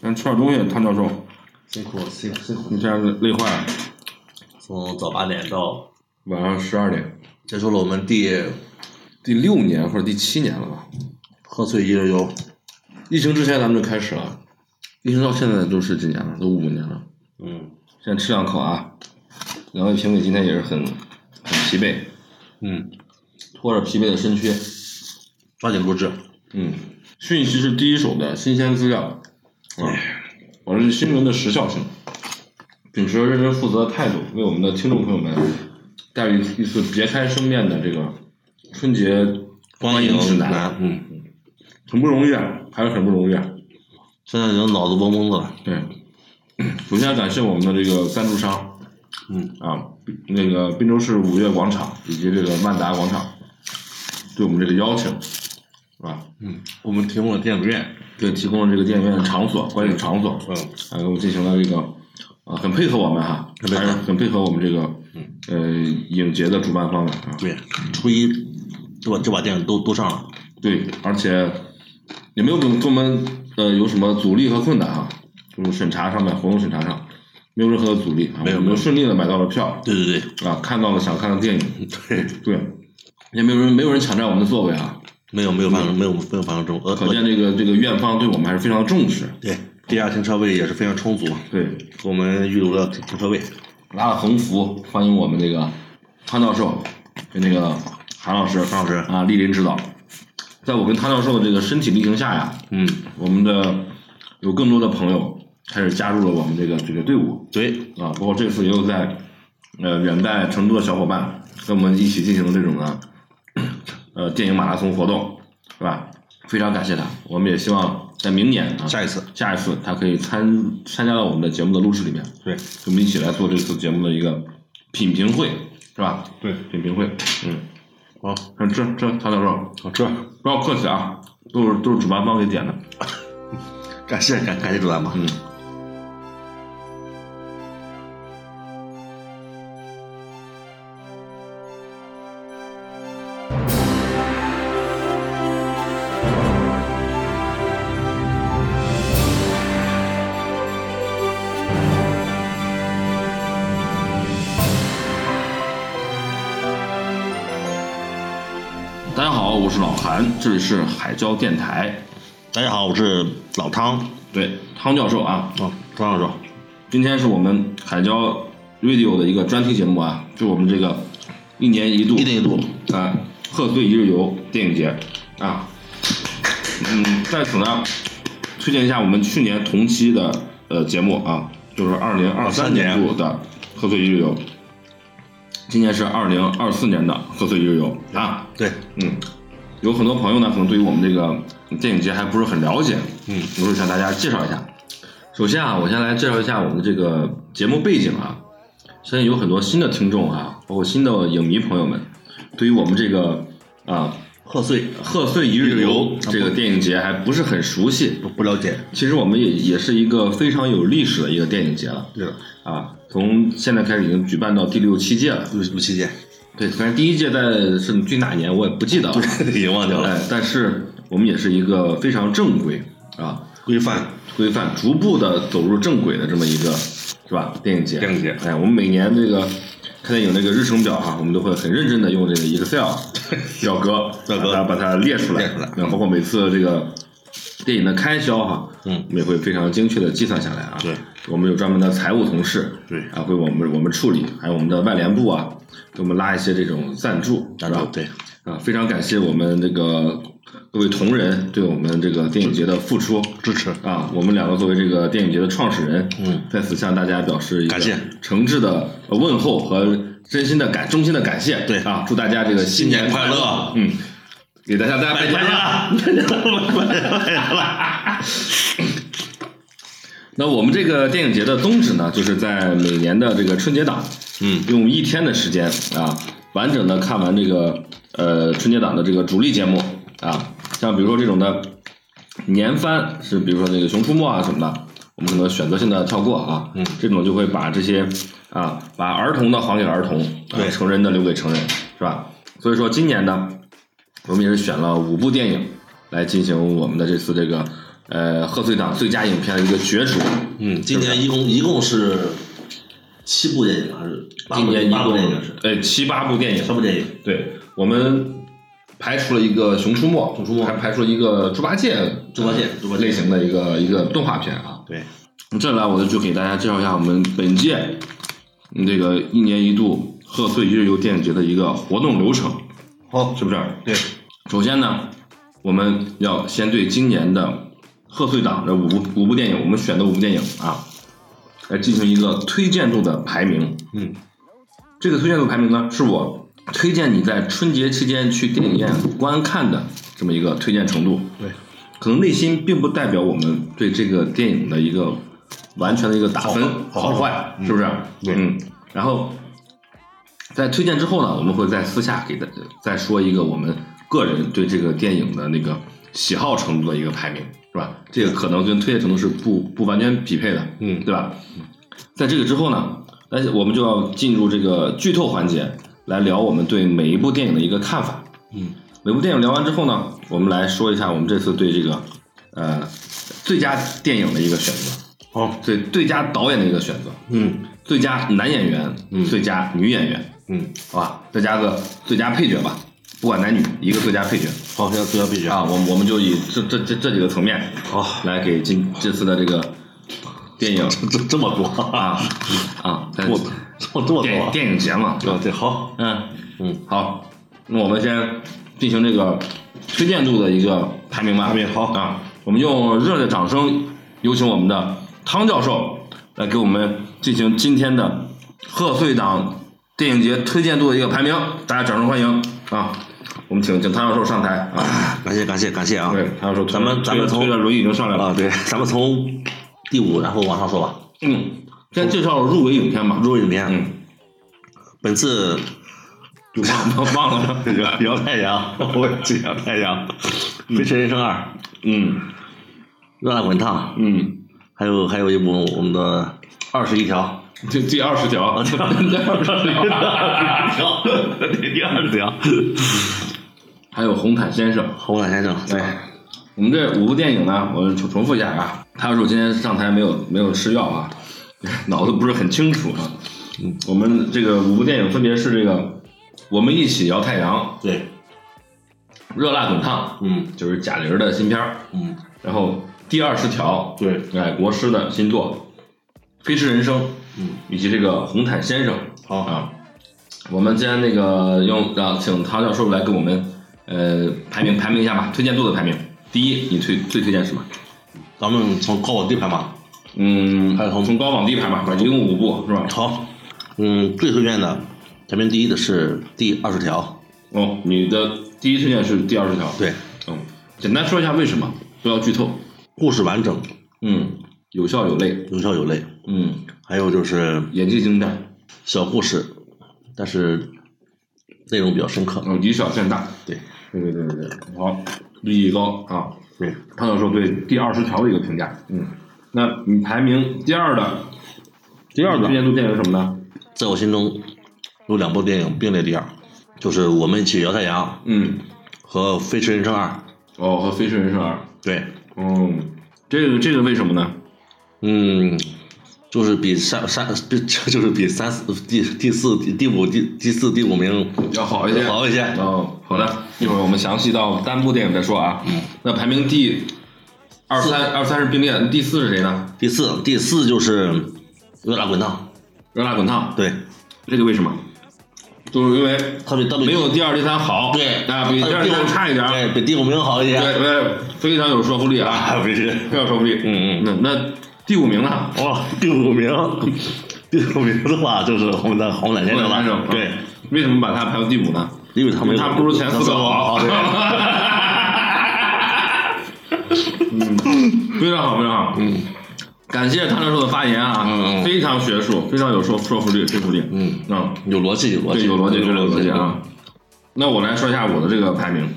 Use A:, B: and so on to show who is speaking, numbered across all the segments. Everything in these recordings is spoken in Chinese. A: 先嗯吃点东西，汤教授，
B: 辛苦辛苦辛苦
A: 你，这样累坏了。
B: 从早八点到
A: 晚上十二点，
B: 结束了我们第
A: 第六年或者第七年了吧？
B: 贺岁一日游，
A: 疫情之前咱们就开始了，疫情到现在都是几年了，都五年了。
B: 嗯
A: 先吃两口啊！两位评委今天也是很很疲惫，
B: 嗯，
A: 拖着疲惫的身躯。
B: 抓紧录制，
A: 嗯，讯息是第一手的新鲜资料，啊，保持新闻的时效性，秉持认真负责的态度，为我们的听众朋友们带来一次别开生面的这个春节
B: 光
A: 影
B: 影
A: 指
B: 指
A: 南，
B: 南，嗯，
A: 很不容易啊，还是很不容易啊。
B: 现在已经脑子嗡嗡的了，
A: 对，首先感谢我们的这个赞助商，
B: 嗯
A: 啊，那个滨州市五月广场以及这个万达广场对我们这个邀请，啊，
B: 嗯，我们提供了电影院，
A: 对提供了这个电影院的场所、观影场所，
B: 嗯，
A: 啊，给我们进行了这个啊，很配合我们哈，
B: 很配合嗯
A: 还是很配合我们这个呃影节的主办方的啊，
B: 对，初一这把这把电影都都上了，
A: 对，而且也没有给给我们呃有什么阻力和困难啊，就是审查上面活动审查上没有任何的阻力啊，
B: 没有
A: 我们
B: 没有
A: 顺利的买到了票，
B: 对对对
A: 啊，看到了想看的电影，
B: 对，
A: 对，也没有人没有人抢占我们的座位啊，
B: 没有没有发生没有没有发生中，呃，
A: 可见这个这个院方对我们还是非常重视，
B: 对，地下停车位也是非常充足，
A: 对，
B: 给我们预留了停停车位，
A: 拉了横幅欢迎我们这个汤教授跟那个韩老师，
B: 韩老师
A: 啊莅临指导，在我跟汤教授的这个身体力行下呀，
B: 嗯，
A: 我们的有更多的朋友开始加入了我们这个这个队伍
B: 对，
A: 啊，包括这次也有在呃远在成都的小伙伴跟我们一起进行这种的呃电影马拉松活动，是吧？非常感谢他，我们也希望在明年啊
B: 下一次，
A: 下一次他可以参参加到我们的节目的录制里面。
B: 对
A: 我们一起来做这次节目的一个品评会，是吧？
B: 对，
A: 品评会，嗯，
B: 好，
A: 嗯，这这曹教授
B: 好这
A: 不要客气啊，都是都是主办方给点的，
B: 感谢感感谢主办吧，
A: 嗯。大家好，我是老韩，这里是海交电台。
B: 大家好，我是老汤，
A: 对，汤教授啊，
B: 啊，汤教授，
A: 今天是我们海椒 Radio 的一个专题节目啊，就我们这个一年一度
B: 一年一度，
A: 啊贺岁一日游电影节啊，嗯，在此呢，推荐一下我们去年同期的呃节目啊，就是二零二三
B: 23年
A: 度的贺岁一日游，今年是二零二四年的贺岁一日游啊，
B: 对，
A: 嗯，有很多朋友呢，可能对于我们这个嗯电影节还不是很了解，
B: 嗯，
A: 我就向大家介绍一下。首先啊，我先来介绍一下我们的这个节目背景啊。相信有很多新的听众啊，包括新的影迷朋友们，对于我们这个啊
B: 贺岁
A: 贺岁一日游
B: 一日游
A: 这个电影节还不是很熟悉。
B: 不不了解，
A: 其实我们也也是一个非常有历史的一个电影节了
B: 对了，
A: 啊，从现在开始已经举办到第六七届了。
B: 六六七届，
A: 对，反正第一届在是具体哪年我也不记得了。
B: 已经忘掉了，
A: 哎，但是我们也是一个非常正规啊，
B: 规范，
A: 规范，逐步的走入正轨的这么一个是吧？电影节，
B: 电影节
A: 哎，我们每年这个看电影这个日程表哈、我们都会很认真的用这个 Excel 表格，
B: 表格
A: 把它把它列出来，
B: 列出来
A: 然后包括每次这个电影的开销哈、
B: 嗯
A: 我们也会非常精确的计算下来啊。
B: 对，
A: 我们有专门的财务同事，
B: 对
A: 啊，会我们我们处理，还有我们的外联部啊，给我们拉一些这种赞助，
B: 大
A: 是
B: 家
A: 吧？
B: 对，
A: 啊，非常感谢我们这个各位同仁对我们这个电影节的付出
B: 支持，
A: 啊。我们两个作为这个电影节的创始人，
B: 嗯，
A: 在此向大家表示一个
B: 感谢
A: 诚挚的问候和真心的感衷心的感谢。
B: 对
A: 啊，祝大家这个新年快
B: 新年快乐
A: 嗯，给大家大家拜年了，拜年了，拜年了，拜年了。那我们这个电影节的宗旨呢，就是在每年的这个春节档，
B: 嗯，
A: 用一天的时间啊，完整的看完这个呃春节档的这个主力节目啊，像比如说这种的年番是，比如说那个《熊出没》啊什么的，我们可能选择性的跳过啊，嗯，这种就会把这些啊，把儿童的还给儿童，啊
B: 对
A: 成人的留给成人，是吧？所以说今年呢，我们也是选了五部电影来进行我们的这次这个呃贺岁档最佳影片的一个角逐。
B: 嗯，今年一共一共是七部电影还是八部
A: 今年一
B: 八部
A: 共
B: 电影是
A: 呃七八部电影，
B: 什么电影？
A: 对我们排除了一个《熊出没》，
B: 熊出没
A: 还排除了一个猪八戒，
B: 猪八戒猪八戒
A: 类型的一个一个动画片啊。
B: 对，
A: 这来我就给大家介绍一下我们本届嗯这个一年一度贺岁一日游电影节的一个活动流程，
B: 好，
A: 是不是？
B: 对，
A: 首先呢，我们要先对今年的贺岁档的五部五部电影，我们选的五部电影啊，来进行一个推荐度的排名。
B: 嗯，
A: 这个推荐度排名呢，是我推荐你在春节期间去电影院观看的这么一个推荐程度。
B: 对，
A: 可能内心并不代表我们对这个电影的一个完全的一个打分
B: 好
A: 好
B: 好
A: 坏，
B: 嗯
A: 是不是？
B: 对
A: 嗯。然后在推荐之后呢，我们会在私下给大再说一个我们个人对这个电影的那个喜好程度的一个排名，是吧？这个可能跟推荐程度是不不完全匹配的，
B: 嗯
A: 对吧？在这个之后呢，那我们就要进入这个剧透环节，来聊我们对每一部电影的一个看法。
B: 嗯，
A: 每部电影聊完之后呢，我们来说一下我们这次对这个呃最佳电影的一个选择，
B: 好，
A: 对最佳导演的一个选择，
B: 嗯
A: 最佳男演员，
B: 嗯
A: 最佳女演员，
B: 嗯，
A: 好吧，再加个最佳配角吧，不管男女，一个最佳配角
B: 好，现在最佳配角
A: 啊，我们我们就以这这这这几个层面
B: 好，
A: 来给今这次的这个电影
B: 这这这么多，啊，
A: 啊啊，
B: 这么这么这么
A: 电
B: 多
A: 影，电影节嘛，
B: 啊，对，好，
A: 嗯
B: 嗯，
A: 好，那我们先进行这个推荐度的一个排名吧。
B: 排名好
A: 啊，我们用热烈掌声有请我们的汤教授来给我们进行今天的贺岁档电影节推荐度的一个排名，大家掌声欢迎啊！我们请请汤教授上台啊！
B: 感谢感谢感谢啊，
A: 对，汤教授推，
B: 咱们咱们从
A: 推着轮椅已经上来了。
B: 啊，对，咱们从第五然后往上说吧。
A: 嗯，先介绍入围影片吧。
B: 入影片，
A: 嗯，
B: 本次
A: 忘 忘了。
B: 《摇太阳》， 我也去《摇太阳》，《飞驰人生二》，《
A: 嗯
B: 热辣滚烫》，
A: 嗯，
B: 还有还有一部我们的《二十一条
A: 这第二十条，第二十》，条。
B: 第二十 条，
A: 还有《红毯先生》。
B: 红毯先生，对，
A: 哎我们这五部电影呢，我重重复一下啊。他要是今天上台没有没有吃药啊，脑子不是很清楚啊。
B: 嗯，
A: 我们这个五部电影分别是这个《我们一起摇太阳
B: 对，》
A: 《热辣滚烫
B: 嗯》，
A: 就是贾玲的新片儿，
B: 嗯，
A: 然后《第二十条
B: 对，》，
A: 哎，国师的新作《飞驰人生》，
B: 嗯，
A: 以及这个《红毯先生》
B: 好，
A: 啊。我们今天那个用让请唐教授来给我们呃排名排名一下吧，推荐度的排名。第一，你推最推荐什么？
B: 咱们从高往低排嘛，
A: 嗯，
B: 还有从
A: 从高往低排吧，一共五部是吧？
B: 好，嗯，最推荐的排名第一的是第二十条，
A: 哦，你的第一推荐是第二十条，，
B: 对，
A: 嗯，简单说一下为什么，不要剧透，
B: 故事完整，
A: 嗯，有笑有泪，
B: 有笑有泪，
A: 嗯，
B: 还有就是
A: 演技精湛，
B: 小故事，但是内容比较深刻，
A: 嗯，以小见大，
B: 对，
A: 对对对对对，好，利益高啊，
B: 对。
A: 汤教授对第二十条的一个评价，嗯，那你排名第二的，第
B: 二个
A: 推荐度电影是什么呢？
B: 在我心中有两部电影并列第二，就是《我们一起摇太阳
A: 嗯，》
B: 和《飞驰人生二》。
A: 哦，和《飞驰人生二》，
B: 对，哦
A: 嗯，这个这个为什么呢？
B: 嗯，就是比三三， 比就是比三四第第四第第五第第四第五名
A: 要好一些，
B: 好一些。
A: 哦，好的，一会儿我们详细到单部电影再说啊。
B: 嗯
A: 那排名第二三二三是并列，第四是谁呢？
B: 第四第四就是《热辣滚烫
A: 热辣滚烫》，，
B: 对，
A: 这个为什么？就是因为
B: 它比它比
A: 没有第二、第三好，
B: 对，
A: 啊，比
B: 它
A: 第二、
B: 第
A: 第
B: 五
A: 三差一点儿，
B: 对，比第五名好一些。
A: 对对，非常有说服力啊，
B: 啊，不是，
A: 非常有说服力。
B: 嗯嗯，
A: 那那第五名呢？
B: 哇，第五名，第五名的话就是我们的红毯先生
A: 红毯先
B: 了
A: 生，
B: 对，
A: 为什么把它排到第五呢？
B: 因为他没有
A: 他不如前四啊个好。
B: 对。
A: 非常好，非常好。嗯，感谢唐教授的发言啊，
B: 嗯嗯
A: 非常学术，非常有说说服力，说服力。
B: 嗯
A: 嗯，
B: 有逻辑，有逻
A: 对，
B: 辑，
A: 有逻辑，
B: 有
A: 非常有逻辑
B: 辑！
A: 啊。那我来说一下我的这个排名。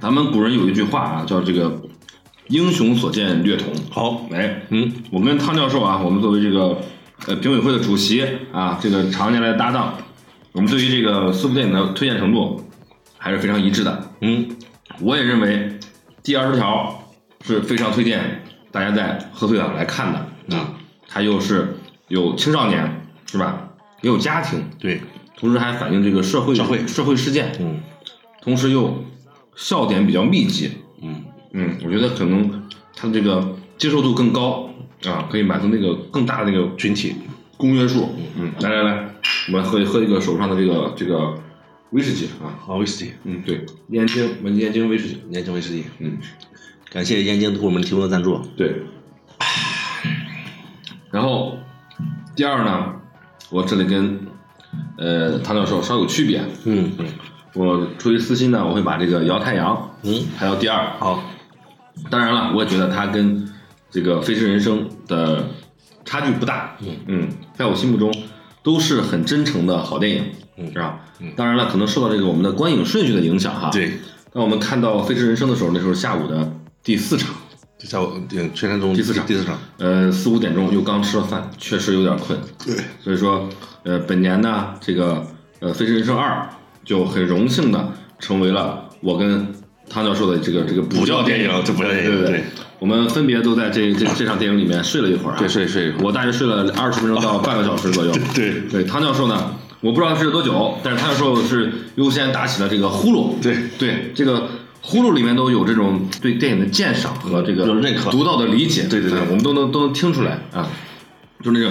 A: 咱们古人有一句话啊，叫这个“英雄所见略同”。
B: 好，
A: 哎，
B: 嗯，
A: 我跟汤教授啊，我们作为这个呃评委会的主席啊，这个常年来的搭档，我们对于这个四部电影的推荐程度还是非常一致的。
B: 嗯，
A: 我也认为第二十条是非常推荐大家在贺岁档来看的啊，它又是有青少年是吧，也有家庭，
B: 对，
A: 同时还反映这个社会
B: 社会
A: 社会事件，
B: 嗯
A: 同时又笑点比较密集，
B: 嗯，
A: 嗯，我觉得可能它的这个接受度更高啊，可以满足那个更大的那个
B: 群体，
A: 公约数。嗯，来来来，我们喝喝一个手上的这个这个威士忌啊。
B: 好威士忌，
A: 嗯，对，燕京文燕京威士忌。
B: 燕京威士忌，
A: 嗯，
B: 感谢燕京给我们提供的赞助，
A: 对。然后第二呢，我这里跟呃唐教授稍有区别。
B: 嗯嗯
A: 我出于私心呢，我会把这个摇太阳
B: 嗯，
A: 排到第二。
B: 好，
A: 当然了，我也觉得它跟这个《飞驰人生》的差距不大。
B: 嗯
A: 在我心目中都是很真诚的好电影，
B: 嗯
A: 是吧？
B: 嗯
A: 当然了，可能受到这个我们的观影顺序的影响哈。。
B: 对，
A: 当我们看到《飞驰人生》的时候，那时候下午的第四场，
B: 这下午嗯，全山中
A: 第四场
B: 第四场，
A: 呃，四五点钟又刚吃了饭，确实有点困。
B: 对，
A: 所以说，呃，本年呢，这个呃《飞驰人生二》就很荣幸的成为了我跟汤教授的这个这个
B: 补教
A: 电
B: 电影，这补教电
A: 对
B: 影，
A: 对，我们分别都在这这这场电影里面睡了一会儿啊。
B: 对，睡睡，
A: 我大约睡了二十分钟到半个小时左右。
B: 对
A: 对，唐教授呢，我不知道他睡了多久，但是唐教授是优先打起了这个呼噜。
B: 对
A: 对，这个呼噜里面都有这种对电影的鉴赏和这个
B: 有认可
A: 独到的理解。
B: 对对对
A: 啊我们都能都能听出来啊。就那个，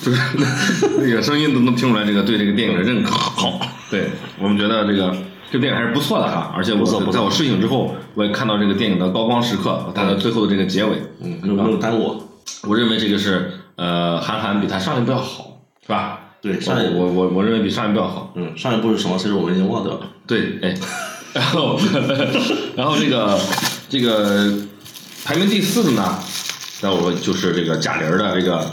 A: 就是 那个声音都能听出来，这个对这个电影的认可。好， 对我们觉得这个这电影还是不错的哈，而且我
B: 不错不错
A: 在我睡醒之后，我也看到这个电影的高光时刻和它的最后的这个结尾。
B: 嗯，没有没有耽误，
A: 我认为这个是呃，韩寒比他上一部要好，是吧？
B: 对，
A: 我
B: 上一部，
A: 我我我认为比上一部要好。
B: 嗯，上一部是什么？其实我们已经忘掉了，
A: 对，哎，然后 然后这个这个排名第四的呢，那我就是这个贾玲儿的这个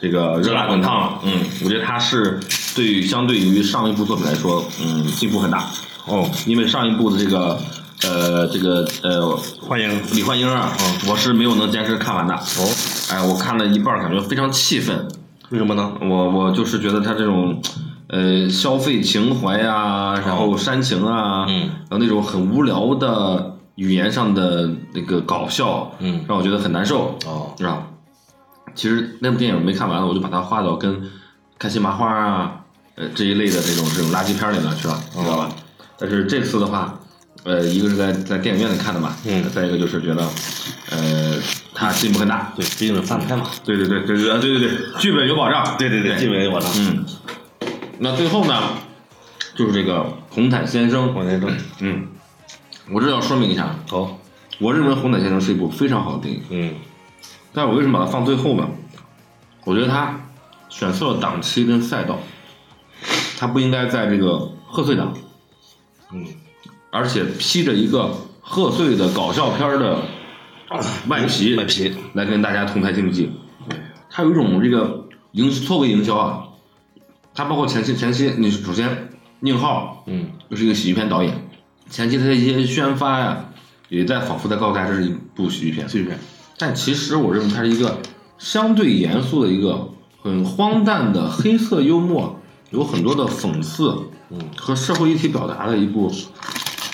A: 这个热辣滚烫了。嗯，我觉得他是对于相对于上一部作品来说，嗯，进步很大。
B: 哦，
A: 因为上一部的这个呃这个呃
B: 欢迎，
A: 李焕英啊，我是没有能坚持看完的。
B: 哦，
A: 哎，我看了一半儿，感觉非常气愤。
B: 为什么呢？
A: 我我就是觉得他这种，呃，消费情怀呀、然后煽情啊，
B: 嗯
A: 然后那种很无聊的语言上的那个搞笑，
B: 嗯
A: 让我觉得很难受，
B: 哦，
A: 是吧？其实那部电影没看完，我就把它划到跟开心麻花啊，呃这一类的这种这种垃圾片儿里面去了，知道吧？但是这次的话，呃，一个是在在电影院里看的嘛，
B: 嗯
A: 再一个就是觉得，呃，它进步很大，
B: 对，毕竟是翻拍嘛，
A: 对对对对对对对对，剧本有保障，对对
B: 基本我的，
A: 嗯，那最后呢，就是这个红毯先生。
B: 往前正，
A: 嗯，我这要说明一下，
B: 好，
A: 我认为红毯先生是一部非常好的电影，
B: 嗯
A: 但是我为什么把它放最后呢？我觉得他选错了档期跟赛道，他不应该在这个贺岁档，
B: 嗯，
A: 而且披着一个贺岁的搞笑片儿的外皮
B: 卖皮，
A: 来跟大家同台竞技。它有一种这个营错位营销啊，它包括前期前期，你首先宁浩
B: 嗯
A: 就是一个喜剧片导演，前期他的一些宣发呀、也在仿佛在告诉大家这是一部喜剧片，
B: 这边，
A: 但其实我认为它是一个相对严肃的一个很荒诞的黑色幽默，有很多的讽刺
B: 嗯
A: 和社会议题表达的一部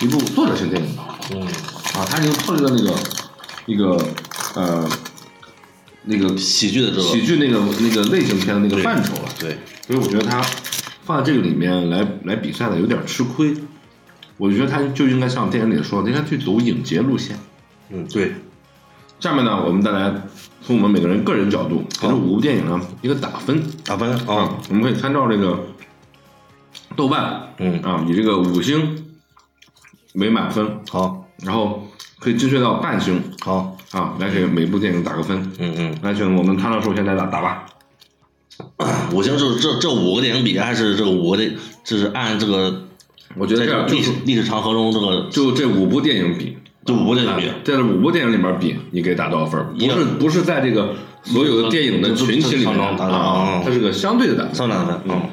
A: 一部作者性电影。
B: 嗯，
A: 啊，他已经脱离了那个那个呃那个
B: 喜剧的这个，
A: 喜剧那个那个类型片的那个
B: 对
A: 范畴了，
B: 对，
A: 所以我觉得他放在这个里面来来比赛的有点吃亏。我觉得他就应该像电影里说的，应该去走影节路线。
B: 嗯对，
A: 下面呢，我们再来从我们每个人个人角度给这五部电影呢一个打分
B: 打分
A: 啊
B: 啊，，
A: 我们可以参照这个豆瓣
B: 嗯，
A: 啊，以这个五星为满分，
B: 好，
A: 然后可以精确到半星
B: 好，
A: 啊，来给每部电影打个分。
B: 嗯嗯，
A: 来，请我们汤教授先来打打吧。
B: 五星就是这这五个电影比，还是这个五个电，这是按这个
A: 我觉得
B: 在
A: 这
B: 这
A: 样
B: 个历
A: 就
B: 史
A: 是
B: 历史长河中这个
A: 就这五部电影比，
B: 这五个电影比，
A: 在这五部电影里面比，你给打多少分？不
B: 一样嗯
A: 是不是在这个所有的电影的群体里面
B: 正常打的
A: 啊
B: 嗯，
A: 它是个相对的打分。
B: 三位打分，嗯，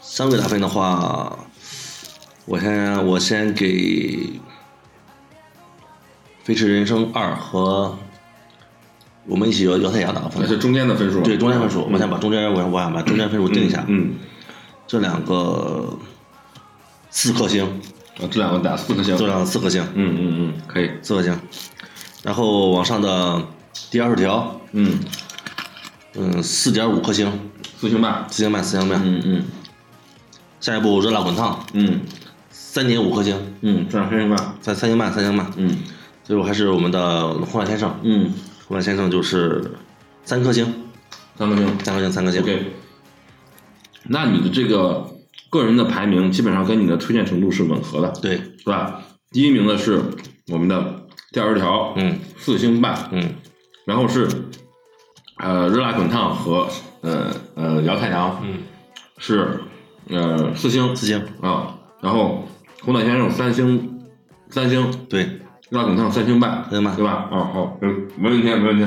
B: 三位打分的话，我先我先给《飞驰人生二》和《我们一起摇摇太阳》打个
A: 那
B: 分，
A: 是中间的分数。啊
B: 对中间分数，我想把中间我想我想把中间分数定一下，
A: 嗯，
B: 这两个四颗星，
A: 啊这两个打四颗星。
B: 这两个四颗星，
A: 嗯嗯嗯，可以。
B: 四颗星，然后往上的第二十条，
A: 嗯，
B: 嗯，四点五颗星，
A: 四星半，
B: 四星半，四星半。
A: 嗯嗯
B: 下一步热辣滚烫，
A: 嗯
B: 三点五颗星，
A: 嗯，转三星半，
B: 三三星半，三星半。
A: 嗯
B: 最后还是我们的胡满先生，
A: 嗯，
B: 胡满先生就是三颗星，
A: 三颗星
B: 三颗星，三颗星。
A: ，OK。那你的这个个人的排名基本上跟你的推荐程度是吻合的，
B: 对，
A: 是吧？第一名的是我们的第二十条，
B: 嗯
A: 四星半，
B: 嗯
A: 然后是呃热辣滚烫和呃呃姚太阳
B: 嗯，
A: 是呃四星
B: 四星，
A: 啊，然后红岛先生三星三星，
B: 对，
A: 热辣滚烫三星半，
B: 对吗
A: 对吧？啊好，嗯，没问题没问题，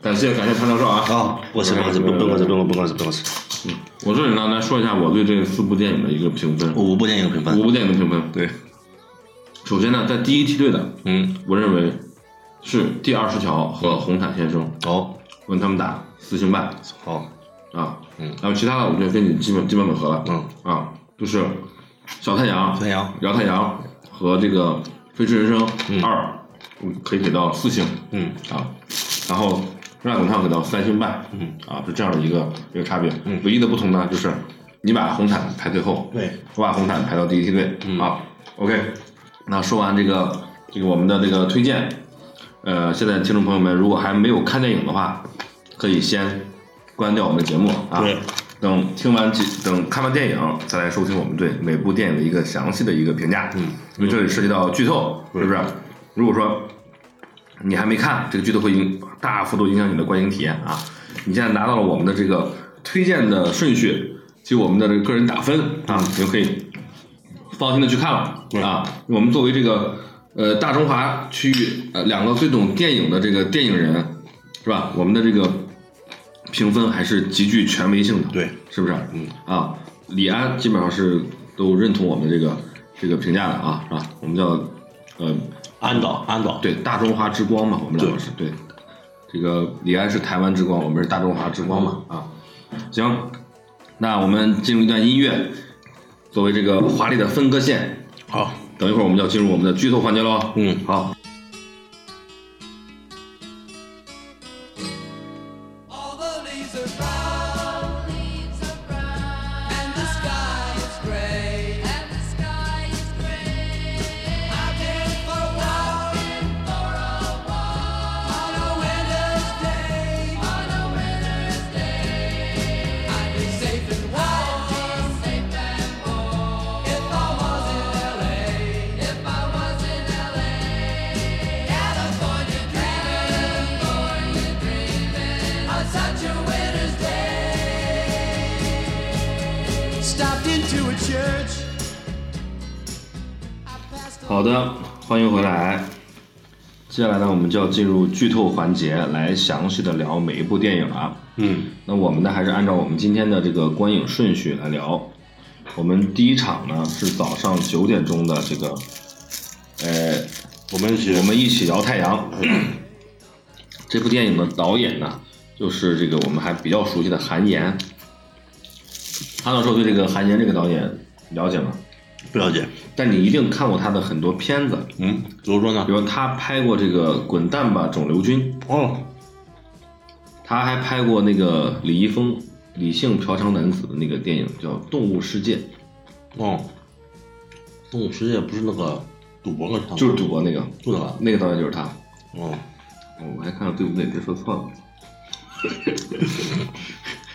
A: 感谢感谢潘教授啊。
B: 好，过去，过去，不用过去，不用过去，不用过去。
A: 我这里呢来说一下我对这四部电影的一个评分，
B: 五部电影评
A: 五
B: 分，
A: 部电影的评分。
B: 嗯对，
A: 首先呢，在第一梯队的，
B: 嗯，
A: 我认为是第二十条和红毯先生，
B: 好，
A: 问他们打四星半
B: 好，
A: 啊，
B: 嗯，
A: 然后其他的我觉得跟你基本基本吻合了，
B: 嗯，
A: 啊，就是小太阳、
B: 孙杨，
A: 姚太阳和这个《飞驰人生二》，嗯，可以给到四星
B: 嗯
A: 啊，然后《热辣滚烫》给到三星半，
B: 嗯，
A: 啊，是这样的一个一个差别，
B: 嗯
A: 唯一的不同呢就是你把红毯排最后，
B: 对，
A: 我把红毯排到第一梯队、
B: 嗯
A: 啊，OK，那说完这个这个我们的这个推荐，呃，现在听众朋友们如果还没有看电影的话，可以先关掉我们的节目啊，
B: 对，
A: 等听完几等看完电影，再来收听我们对每部电影的一个详细的一个评价。
B: 嗯，
A: 因为这里涉及到剧透，是不是？如果说你还没看，这个剧透会影大幅度影响你的观影体验啊！你现在拿到了我们的这个推荐的顺序及我们的这个个人打分啊，你就可以放心的去看了
B: 对
A: 啊！我们作为这个呃大中华区域呃两个最懂电影的这个电影人，是吧？我们的这个评分还是极具权威性的，
B: 对，
A: 是不是？
B: 嗯
A: 啊，李安基本上是都认同我们这个这个评价的啊，是吧？我们叫呃
B: 安导，安导，
A: 对，大中华之光嘛，我们两个是对。这个李安是台湾之光，我们是大中华之光嘛啊。行，那我们进入一段音乐，作为这个华丽的分割线，
B: 好，
A: 等一会儿我们就要进入我们的剧透环节喽。
B: 嗯
A: 好，
C: All the leaves are brown. And the sky is gray. I've been for a walk on a winter's day. I'd be safe and warm if I was in LA. California dreaming on such a winter's day. Stopped into a church. I passed
A: 好的，欢迎回来。接下来呢，我们就要进入剧透环节，来详细的聊每一部电影啊。
B: 嗯
A: 那我们呢，还是按照我们今天的这个观影顺序来聊。我们第一场呢是早上九点钟的这个，呃，
B: 我们是
A: 我们一起摇太阳。 这部电影的导演呢，就是这个我们还比较熟悉的韩延。潘教授对这个韩延这个导演了解吗？
B: 不了解，
A: 但你一定看过他的很多片子，
B: 嗯，比如说呢
A: 比，如他拍过这个《滚蛋吧，肿瘤君》，
B: 哦，
A: 他还拍过那个李易峰《理性嫖娼男子》的那个电影叫《动物世界》，
B: 哦，动物世界不是那个赌博那场，
A: 就是赌博那个，
B: 是那个，
A: 那个导演就是他。
B: 哦，
A: 哦我还看到对不对？你这说错了。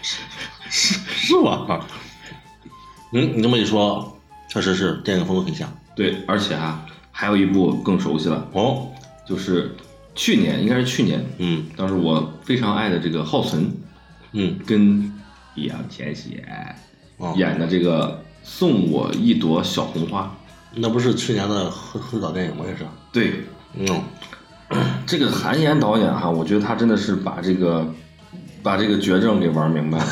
B: 是吧？嗯，你这么一说，确实是电影风格很像。
A: 对，而且啊，还有一部更熟悉了，
B: 哦，
A: 就是去年，应该是去年，
B: 嗯
A: 当时我非常爱的这个浩存
B: 嗯，
A: 跟易烊千玺
B: 哦，
A: 演的这个《送我一朵小红花
B: 那不是去年的贺贺导电影吗？也是，》。
A: 对，
B: 嗯，
A: 这个韩延导演哈、我觉得他真的是把这个把这个绝症给玩明白了，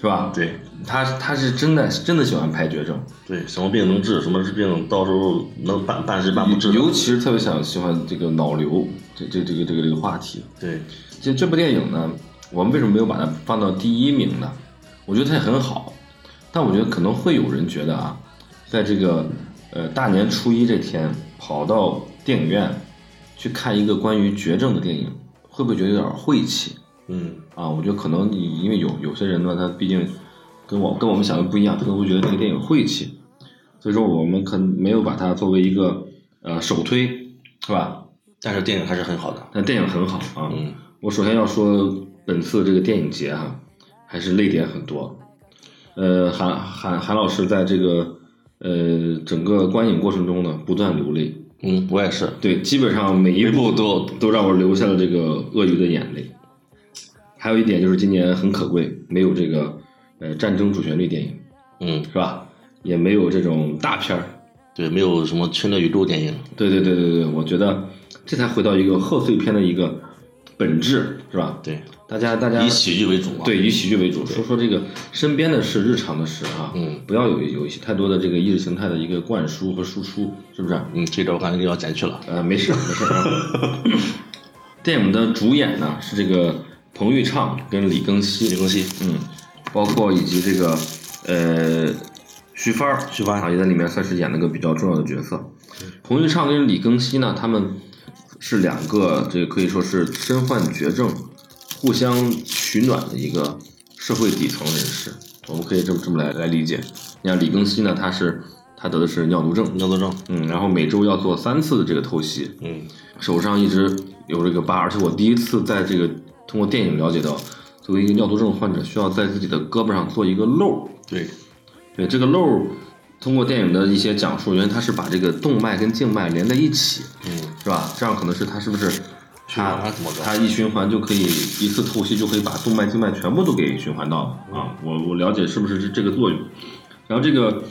A: 是吧？
B: 对
A: 他他是真的真的喜欢拍绝症，
B: 对，什么病能治，什么病到时候能半半治半不治的。
A: 尤其是特别想喜欢这个脑瘤这这这个这个这个话题。
B: 对，
A: 这这部电影呢，我们为什么没有把它放到第一名呢？我觉得它也很好，但我觉得可能会有人觉得啊，在这个呃大年初一这天跑到电影院去看一个关于绝症的电影，会不会觉得有点晦气
B: 嗯
A: 啊？我觉得可能你因为有有些人呢，他毕竟跟我跟我们想的不一样，他可能会觉得那个电影晦气，所以说我们可能没有把它作为一个呃首推，是吧？
B: 但是电影还是很好的。
A: 但电影很好啊。
B: 嗯，
A: 我首先要说本次这个电影节啊，还是泪点很多。呃，韩韩韩老师在这个呃整个观影过程中呢，不断流泪。
B: 嗯，我也是。
A: 对，基本上每一
B: 每
A: 部
B: 部都
A: 都让我流下了这个鳄鱼的眼泪。还有一点就是今年很可贵，没有这个呃战争主旋律电影
B: 嗯，
A: 是吧？也没有这种大片儿。
B: 对，没有什么侵略宇宙电影。
A: 对对对对对，我觉得这才回到一个贺岁片的一个本质，是吧？
B: 对，
A: 大家大家
B: 以喜剧为主嘛。啊
A: 对，，以喜剧为主，说说这个身边的事、日常的事啊，
B: 嗯
A: 不要有有一些太多的这个意识形态的一个灌输和输出，是啊不是？
B: 嗯，这招我感觉要剪去了。
A: 呃，没事没事啊。电影的主演呢是这个彭昱畅跟李庚希，
B: 李庚希，
A: 嗯，包括以及这个呃徐帆儿，
B: 徐帆
A: 啊也在里面算是演了个比较重要的角色。彭昱畅跟李庚希呢，他们是两个这个可以说是身患绝症、互相取暖的一个社会底层人士，我们可以这么这么来来理解。你像李庚希呢，他是他得的是尿毒症，
B: 尿毒症。
A: 嗯，然后每周要做三次的这个透析，
B: 嗯
A: 手上一直有这个疤，而且我第一次在这个通过电影了解到，作为一个尿毒症患者，需要在自己的胳膊上做一个漏。，
B: 对，
A: 对这个漏，通过电影的一些讲述，原来它是把这个动脉跟静脉连在一起，
B: 嗯，
A: 是吧？这样可能是它是不是
B: 循
A: 它
B: 环怎么着
A: 它一循环就可以一次透析就可以把动脉静脉全部都给循环到了
B: 嗯
A: 啊？我我了解是不是这这个作用？然后这个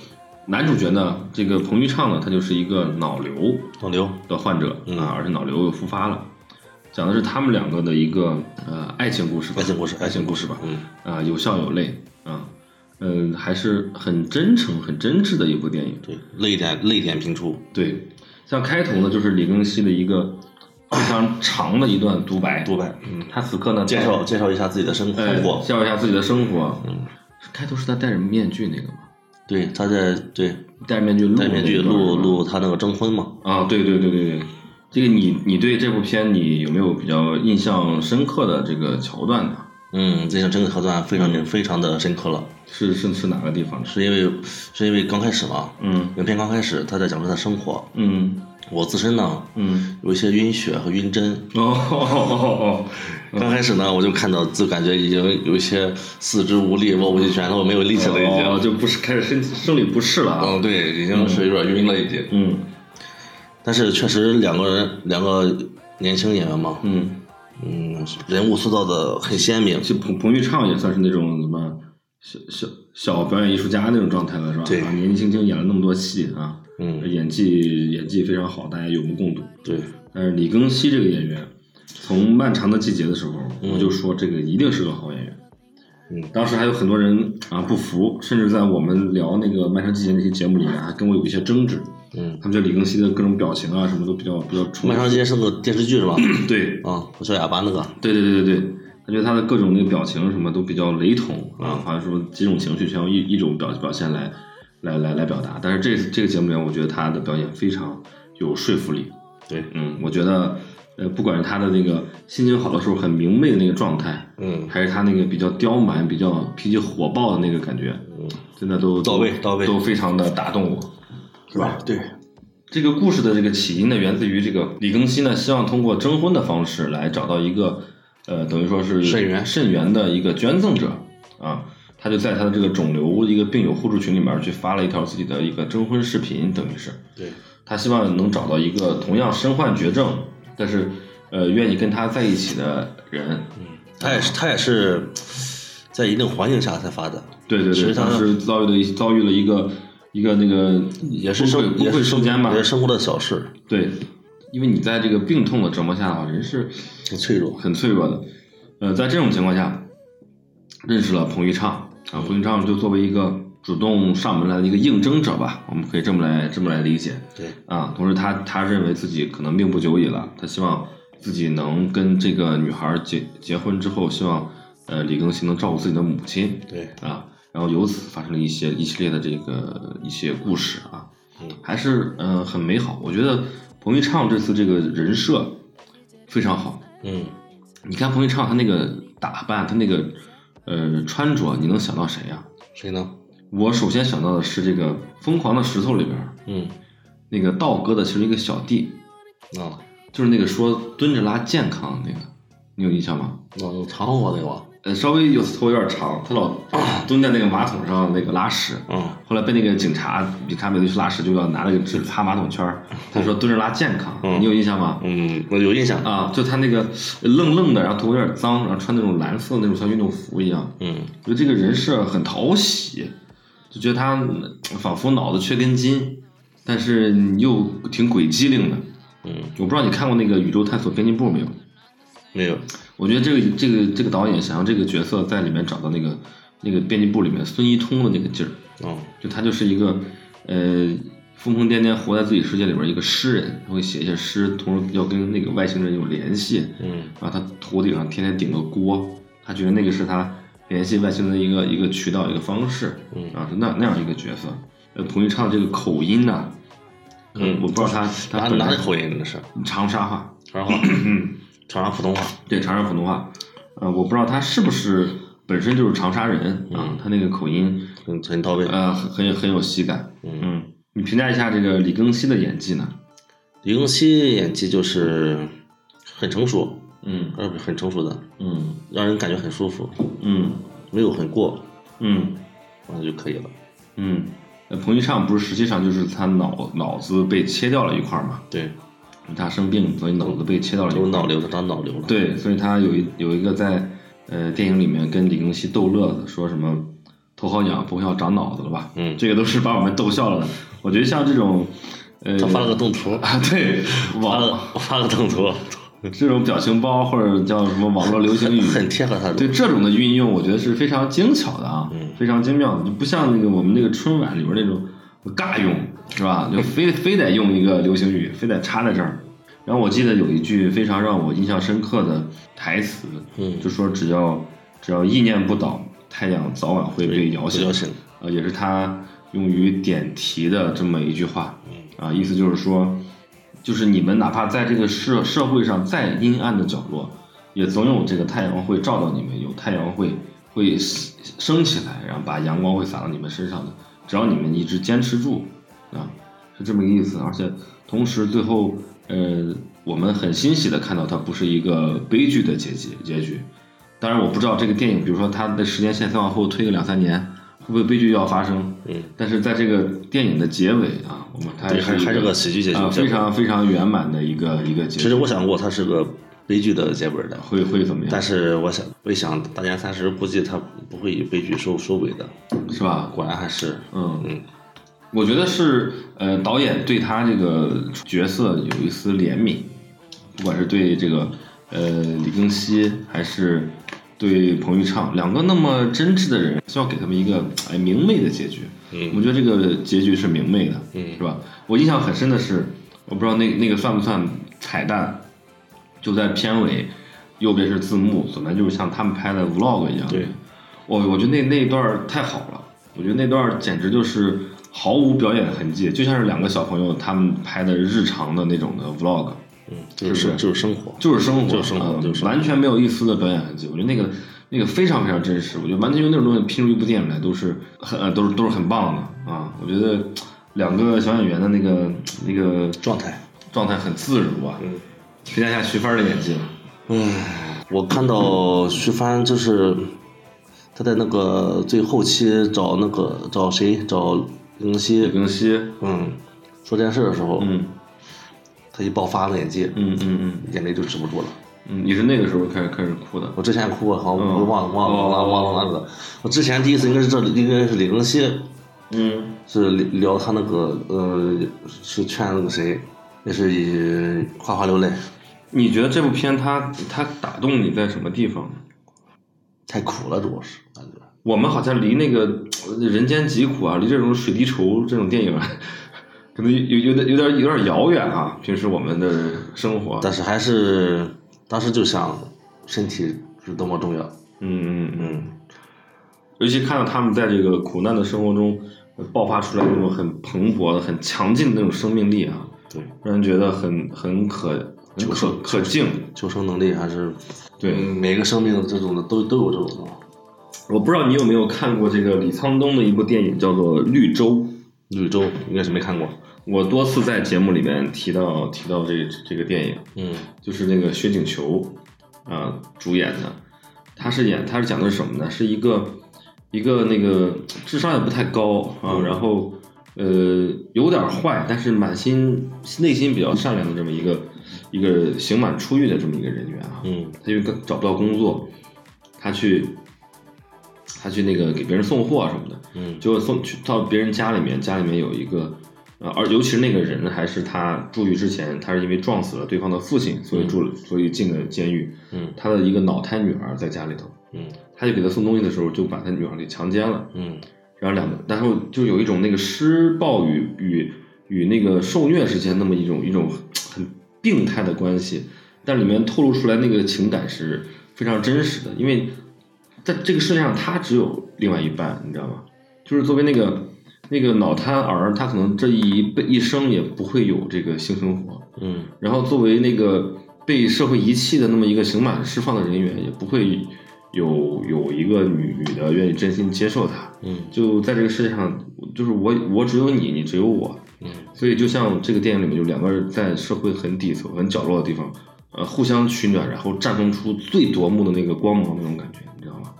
A: 男主角呢，这个彭昱畅呢，他就是一个脑瘤，
B: 脑瘤。
A: 的患者
B: 嗯
A: 啊，而且脑瘤又复发了。讲的是他们两个的一个呃爱情故事吧，
B: 爱情故事
A: 爱情故事吧，
B: 嗯
A: 啊，有笑有泪啊，嗯，还是很真诚、很真挚的一部电影。
B: 对，泪点泪点频出。
A: 对，像开头呢，就是李庚希的一个非常长的一段独白，
B: 独白。嗯，
A: 他此刻呢
B: 介绍介绍一下自己的生
A: 呃
B: 活。嗯
A: 介绍一下自己的生活。开头是他戴着面具那个吗？
B: 对，他在对
A: 戴着面具录
B: 戴面具
A: 那段
B: 录
A: 是吧
B: 录他那个征婚嘛。
A: 啊，对对对对对，这个你你对这部片你有没有比较印象深刻的这个桥段呢？
B: 嗯，这个这个桥段非常非常的深刻了，
A: 是是是哪个地方？
B: 是因为是因为刚开始嘛，
A: 嗯
B: 影片刚开始他在讲述他生活，
A: 嗯
B: 我自身呢
A: 嗯，
B: 有一些晕血和晕针，
A: 哦哦
B: 刚开始呢我就看到就感觉已经有一些四肢无力，握不起拳头，没有力气了已
A: 哦，
B: 经，
A: 就不是开始身生理不适了啊。
B: 嗯对，已经是有点晕了已经，
A: 嗯
B: 但是确实两个人两个年轻演员嘛，
A: 嗯，
B: 嗯，人物塑造的很鲜明，
A: 就彭彭昱畅也算是那种什么小小小表演艺术家那种状态了，是吧？
B: 对
A: 啊，年纪轻轻演了那么多戏啊，
B: 嗯
A: 演技演技非常好，大家有目共睹。
B: 对，
A: 但是李庚希这个演员，从《漫长的季节》的时候，我就说这个一定是个好演员。
B: 嗯
A: 当时还有很多人啊不服，甚至在我们聊那个《漫长季节》那期节目里面，还跟我有一些争执。
B: 嗯，
A: 他们觉得李庚希的各种表情啊什么都比较比较
B: 《
A: 重
B: 漫。长街》是个电视剧是吧？
A: 对
B: 啊，我小哑巴那个，
A: 对对对对对，他觉得他的各种那个表情什么都比较雷同
B: 嗯
A: 啊，好像说几种情绪全用一一种表表现来来来来表达。但是这这个节目里面，我觉得他的表演非常有说服力。
B: 对，
A: 嗯，我觉得，呃，不管是他的那个心情好的时候很明媚的那个状态，
B: 嗯，
A: 还是他那个比较刁蛮、比较脾气火爆的那个感觉，
B: 嗯，
A: 真的都
B: 到位到位
A: 都非常的打动我。
B: 是吧？啊对，
A: 这个故事的这个起因呢，源自于这个李庚希呢，希望通过征婚的方式来找到一个，呃，等于说是
B: 肾源
A: 肾源的一个捐赠者啊。他就在他的这个肿瘤一个病友互助群里面去发了一条自己的一个征婚视频，等于是，
B: 对，
A: 他希望能找到一个同样身患绝症，但是呃愿意跟他在一起的人。
B: 他也是他也是在一定环境下才发的，
A: 对对
B: 其
A: 对，
B: 实他
A: 当时遭遇了一遭遇了一个一个那个
B: 也是
A: 崩溃
B: 生
A: 崩
B: 也
A: 溃瞬
B: 是生
A: 间吧
B: 也。是生活的小事，
A: 对，因为你在这个病痛的折磨下的话，人是
B: 挺脆弱。
A: 很脆弱的。呃，在这种情况下，认识了彭昱畅啊，彭昱畅就作为一个主动上门来的一个应征者吧，我们可以这么来这么来理解。
B: 对，
A: 啊，同时他他认为自己可能命不久矣了，他希望自己能跟这个女孩结结婚之后，希望呃李庚希能照顾自己的母亲
B: 对，
A: 啊，然后由此发生了一些一系列的这个一些故事啊
B: 嗯，
A: 还是呃很美好。我觉得彭昱畅这次这个人设非常好。
B: 嗯，
A: 你看彭昱畅他那个打扮，他那个呃穿着，你能想到谁呀、
B: 谁呢？
A: 我首先想到的是这个《疯狂的石头》里边儿
B: 嗯
A: 那个道哥的其中一个小弟，
B: 啊，
A: 就是那个说蹲着拉健康的那个，你有印象吗？
B: 那有长头发那个，
A: 呃，稍微有头有点长，他老呃蹲在那个马桶上那个拉屎。
B: 嗯
A: 后来被那个警察，警察每次去拉屎就要拿那个纸擦马桶圈儿，他说蹲着拉健康，
B: 嗯
A: 你有印象吗？
B: 嗯，我有印象，
A: 啊，就他那个愣愣的，然后头发有点脏，然后穿那种蓝色的那种像运动服一样，
B: 嗯
A: 我觉得这个人设很讨喜，就觉得他嗯仿佛脑子缺根筋，但是又挺鬼机灵的。
B: 嗯，
A: 我不知道你看过那个《宇宙探索编辑部》没有？
B: 没有，
A: 我觉得这个这个这个导演想让这个角色在里面找到那个那个编辑部里面孙一通的那个劲儿，
B: 嗯
A: 就他就是一个呃疯疯癫癫活在自己世界里边儿一个诗人，他会写一些诗，同时要跟那个外星人有联系。
B: 嗯
A: 然后他头顶上天天顶个锅，他觉得那个是他联系外星的一个一个渠道一个方式，
B: 嗯
A: 啊，是那那样一个角色。呃，彭昱畅这个口音呐、
B: 嗯
A: 我不知道他
B: 哪
A: 他本
B: 哪
A: 来
B: 里口音那 是？
A: 长沙话，
B: 长沙话，长沙普通话，
A: 对长沙普通话，呃，我不知道他是不是本身就是长沙人
B: 嗯
A: 啊，他那个口音
B: 很很到位。
A: 呃很很有很有喜感，
B: 嗯
A: 嗯，你评价一下这个李庚希的演技呢？
B: 李庚希演技就是很成熟，
A: 嗯
B: 呃，很成熟的，
A: 嗯
B: 让人感觉很舒服，
A: 嗯
B: 没有很过，
A: 嗯
B: 完了就可以了。
A: 嗯，呃彭昱畅不是实际上就是他脑脑子被切掉了一块儿嘛，
B: 对，
A: 他生病，所以脑子被切到了一
B: 有
A: 块。
B: 脑瘤的，当脑瘤了。，
A: 对，所以他有一有一个在呃电影里面跟李庚希逗乐子，说什么头好痒，不要长脑子了吧？
B: 嗯
A: 这个都是把我们逗笑了的。我觉得像这种呃
B: 他发了个动图，
A: 啊，对
B: 发
A: 网
B: 了发了动图，
A: 这种表情包或者叫什么网络流行语，
B: 很贴合他的。
A: 对这种的运用，我觉得是非常精巧的啊，
B: 嗯
A: 非常精妙的，就不像那个我们那个春晚里边那种呃尬用，是 吧？就非非得用一个流行语，非得插在这儿。然后我记得有一句非常让我印象深刻的台词，
B: 嗯
A: 就说只要只要意念不倒，太阳早晚会被摇
B: 被
A: 醒，
B: 摇醒
A: 啊，也是他用于点题的这么一句话，
B: 嗯
A: 啊，意思就是说，就是你们哪怕在这个社社会上再阴暗的角落，也总有这个太阳会照到你们，有太阳会会升起来，然后把阳光会洒到你们身上的。只要你们一直坚持住，啊，是这么个意思。而且同时最后，呃，我们很欣喜的看到它不是一个悲剧的结局结局。当然，我不知道这个电影，比如说它的时间线再往后推个两三年，会不会悲剧要发生？
B: 嗯，
A: 但是在这个电影的结尾啊，我们它
B: 对，
A: 是
B: 还还是
A: 一
B: 个喜剧结局
A: 啊，。非常非常圆满的一个一个
B: 其
A: 结
B: 实
A: 局，
B: 我想过它是个悲剧的结尾的，
A: 会会怎么样
B: 但？是我想，我一想大年三十估计它不会以悲剧收收尾的。
A: 是吧？
B: 果然还是
A: 嗯
B: 嗯，
A: 我觉得是呃，导演对他这个角色有一丝怜悯，不管是对这个呃李庚希，还是对彭昱畅，两个那么真挚的人，希望给他们一个哎明媚的结局。
B: 嗯
A: 我觉得这个结局是明媚的，
B: 嗯
A: 是吧？我印象很深的是，我不知道那那个算不算彩蛋，就在片尾，右边是字幕，左边就是像他们拍的 vlog 一样，
B: 对，
A: 我我觉得那那一段儿太好了，我觉得那段儿简直就是毫无表演痕迹，就像是两个小朋友他们拍的日常的那种的 vlog，
B: 嗯，就是
A: 是
B: 生就是生活，
A: 就是生活，
B: 就是生活
A: 嗯
B: 就是生活
A: 完全没有一丝的表演痕迹。我觉得那个那个非常非常真实，我觉得完全用那种东西拼出一部电影来都是很、呃、都是都是很棒的啊！我觉得两个小演员的那个那个
B: 状态。
A: 状态很自如啊。
B: 嗯
A: 评价一下徐帆的演技，啊
B: 唉，嗯我看到徐帆就是他在那个最后期找那个找谁找林
A: 李
B: 夕，
A: 庚希，
B: 嗯，说这件事的时候，
A: 嗯
B: 他一爆发了演技，
A: 嗯嗯嗯
B: 眼泪就止不住了。
A: 嗯，你是那个时候开始开始哭的，
B: 我之前哭过，好像
A: 嗯
B: 我忘了忘了忘了忘了忘了。我之前第一次应该是这应该是李庚希
A: 嗯
B: 是聊他那个呃是劝那个谁，也是以哗哗流泪，
A: 你觉得这部片它它打动你在什么地方呢？
B: 太苦了主要是感觉。
A: 我们好像离那个呃人间疾苦啊，离这种水滴筹这种电影啊，可能有有点有点有点遥远啊。平时我们的生活，
B: 但是还是当时就想，身体是多么重要。
A: 嗯嗯嗯，
B: 嗯，
A: 尤其看到他们在这个苦难的生活中呃爆发出来那种很蓬勃的、很强劲的那种生命力啊，
B: 对，
A: 让人觉得很很可
B: 求
A: 可
B: 生
A: 可敬，
B: 求生能力还是
A: 对
B: 嗯每个生命这种的都都有这种的。
A: 我不知道你有没有看过这个李沧东的一部电影，叫做《绿洲》。
B: 绿洲应该是没看过，
A: 我多次在节目里面提到提到这这个电影，
B: 嗯
A: 就是那个薛景求啊、主演的，他是演他是讲的是什么呢？是一个一个那个智商也不太高啊，然后呃有点坏，但是满心内心比较善良的这么一个一个刑满出狱的这么一个人员啊，
B: 嗯
A: 他因为找不到工作，他去他去那个给别人送货什么的，
B: 嗯
A: 就送去到别人家里面，家里面有一个，呃，而尤其是那个人还是他入狱之前，他是因为撞死了对方的父亲，所以住了，所以进了监狱。
B: 嗯
A: 他的一个脑瘫女儿在家里头，
B: 嗯
A: 他就给他送东西的时候，就把他女儿给强奸了。
B: 嗯
A: 然后两个，然后就有一种那个施暴与与与那个受虐之间那么一种一种很病态的关系，但里面透露出来那个情感是非常真实的，因为在这个世界上他只有另外一半，你知道吗？就是作为那个那个脑瘫儿，他可能这一辈一生也不会有这个性生活，
B: 嗯
A: 然后作为那个被社会遗弃的那么一个刑满释放的人员，也不会有有一个女女的愿意真心接受他。
B: 嗯
A: 就在这个世界上，就是我我只有你，你只有我，
B: 嗯
A: 所以就像这个电影里面，就两个人在社会很底层、很角落的地方，呃，互相取暖，然后绽放出最夺目的那个光芒那种感觉，你知道吗？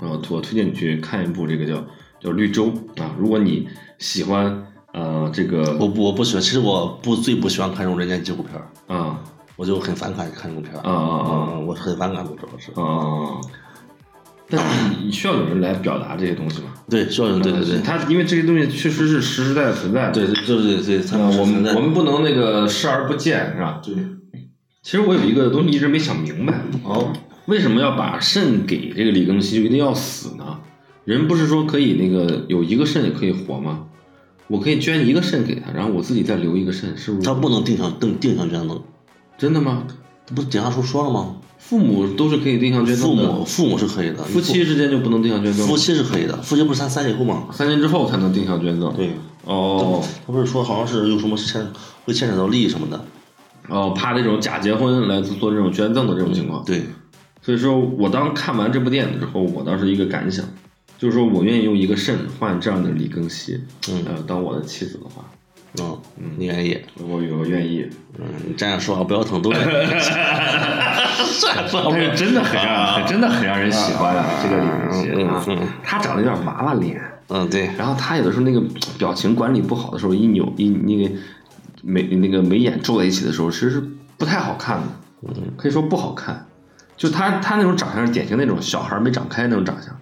A: 然后我推荐你去看一部这个叫叫《绿洲》啊，如果你喜欢呃这
B: 我
A: 个
B: 不我不喜欢，其实我不最不喜欢看这种人间纪录片儿，
A: 啊
B: 我就很反感看这种片儿
A: 啊啊啊
B: 嗯我很反感，我主要是
A: 啊，啊，但是你需要有人来表达这些东西嘛？呃
B: 对，效应，对对对，
A: 它因为这些东西确实是实实在在存在的，
B: 对对对对，他
A: 呃，我们我们
B: 不
A: 不能那个视而不见，是吧？
B: 对，
A: 其实我有一个东西一直没想明白，
B: 哦，
A: 为什么要把肾给这个李庚希就一定要死呢？人不是说可以那个有一个肾也可以活吗？我可以捐一个肾给他，然后我自己再留一个肾，是不是
B: 他？不能定向定定向捐赠，
A: 真的吗？
B: 这不检查出说了吗？
A: 父母都是可以定向捐
B: 父
A: 赠的，
B: 母父母是可以的，
A: 夫妻之间就不能定向捐赠吗
B: 夫，妻是可以的，夫妻不是三三年以后吗？
A: 三年之后才能定向捐赠。
B: 对，
A: 哦
B: 他不是说好像是有什么牵会牵扯到利益什么的，
A: 哦，怕这种假结婚来做这种捐赠的这种情况。
B: 对，
A: 所以说我当看完这部电影之后，我当时一个感想，就是说我愿意用一个肾换这样的李庚希，
B: 嗯
A: 呃，当我的妻子的话，
B: 嗯，你愿意，
A: 我我愿意。
B: 嗯，这样说话不腰疼，都愿 意，算了，
A: 但是真的很让，很真的很让人喜欢啊，这个李
B: 嗯
A: 庚希
B: 嗯
A: 啊，他长得有点娃娃脸，
B: 嗯， 对，
A: 然后他有的时候那个表情管理不好的时候，一扭一那个眉那个眉眼皱在一起的时候，其实是不太好看的，可以说不好看。就他他那种长相是典型那种小孩没长开那种长相。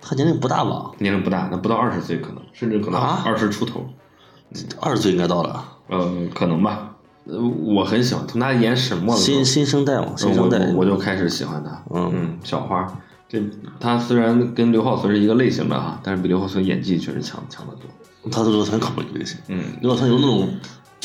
B: 他年龄不大吧？
A: 年龄不大，那不到二十岁可能，甚至可能
B: 啊
A: 二十出头，
B: 二十岁应该到了，
A: 呃，可能吧。呃，我很喜欢，从他演沈墨的时候
B: 新，新生代嘛，新
A: 呃
B: 生
A: 我
B: 代，
A: 我我就开始喜欢他。
B: 嗯
A: 嗯，小花，这他虽然跟刘浩存是一个类型的哈，但是比刘浩存演技确实强强得多。
B: 他都说很恐怖这个戏，
A: 嗯，
B: 如果他有那种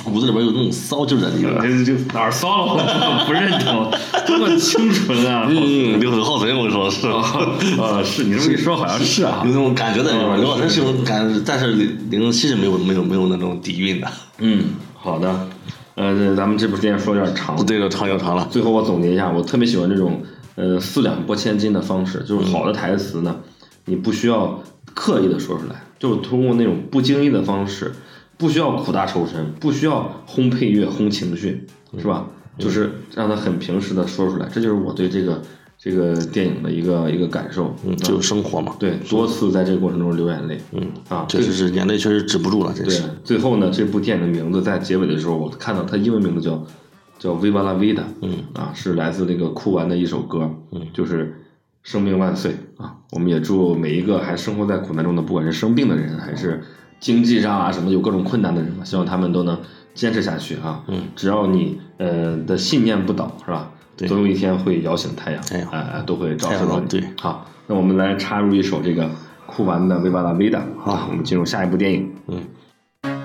B: 骨子里边有那种骚劲儿在里边。
A: 这就哪儿骚了？我不认同，多么清纯啊！
B: 嗯，刘很浩存，我跟你说是，
A: 啊，是你这么一说，好像是啊
B: 有那。种感觉在里边
A: 嗯
B: 儿。刘浩存是有感，但是零零七是没有没有没有那种底蕴的。
A: 嗯，好的。呃，咱们这部电影说有点长了，
B: 哦对了，长又长了。
A: 最后我总结一下，我特别喜欢这种呃四两拨千斤的方式，就是
B: 嗯
A: 好的台词呢，你不需要刻意的说出来，就是通过那种不经意的方式，不需要苦大仇深，不需要轰配乐、轰情绪，是
B: 嗯
A: 吧？就是让他很平实的说出来，这就是我对这个这个电影的一个一个感受。啊
B: 嗯，就是生活嘛。
A: 对，多次在这个过程中流眼泪。嗯啊，
B: 确实是眼泪确实止不住了，真
A: 对
B: 是。，
A: 最后呢，这部电影的名字在结尾的时候，我看到它英文名字叫叫《Viva la Vida》，嗯啊，是来自那个酷玩的一首歌，嗯，就是“生命万岁”啊。我们也祝每一个还生活在苦难中的，不管是生病的人，还是经济上啊什么有各种困难的人吧，希望他们都能坚持下去啊。嗯，只要你呃的信念不倒，是吧？
B: 对
A: 总有一天会摇醒太阳，
B: 哎呀
A: 哎哎，都会照
B: 太
A: 射
B: 阳
A: 到你。
B: 对
A: 好，那我们来插入一首这个酷玩的《维巴拉维达》啊，我们进入下一部电影。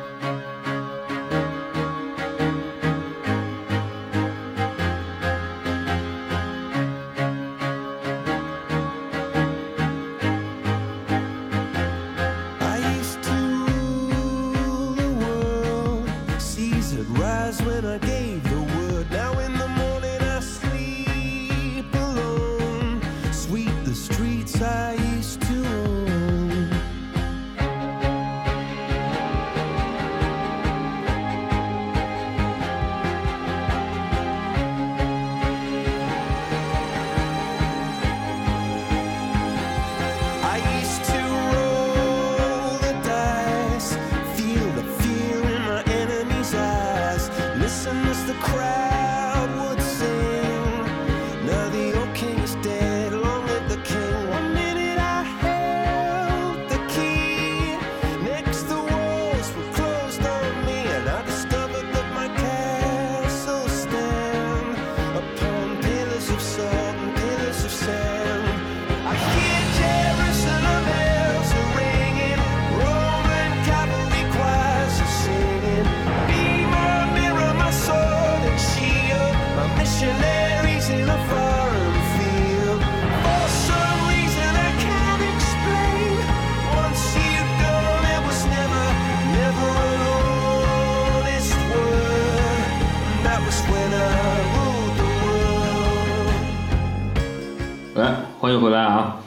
D: I used to rule the world. Caesar rise when I gave the word. Now in the streets I used to own. I used to roll the dice, feel the fear in my enemy's eyes, listen as the crowd would sing. Now the old king is dead, long live the king. One minute I held the key, next the walls were closed on me, and I discovered that my castle stands upon pillars of salt and pillars of sand. I hear Jerusalem bells are ringing, Roman cavalry choirs are singing. Be my mirror, my sword and shield, my missionaries in a foreign field. For some reason I can't explain, once you've gone, it was never, never an honest word. And that was when I ruled the world.
A: 来，欢迎回来啊！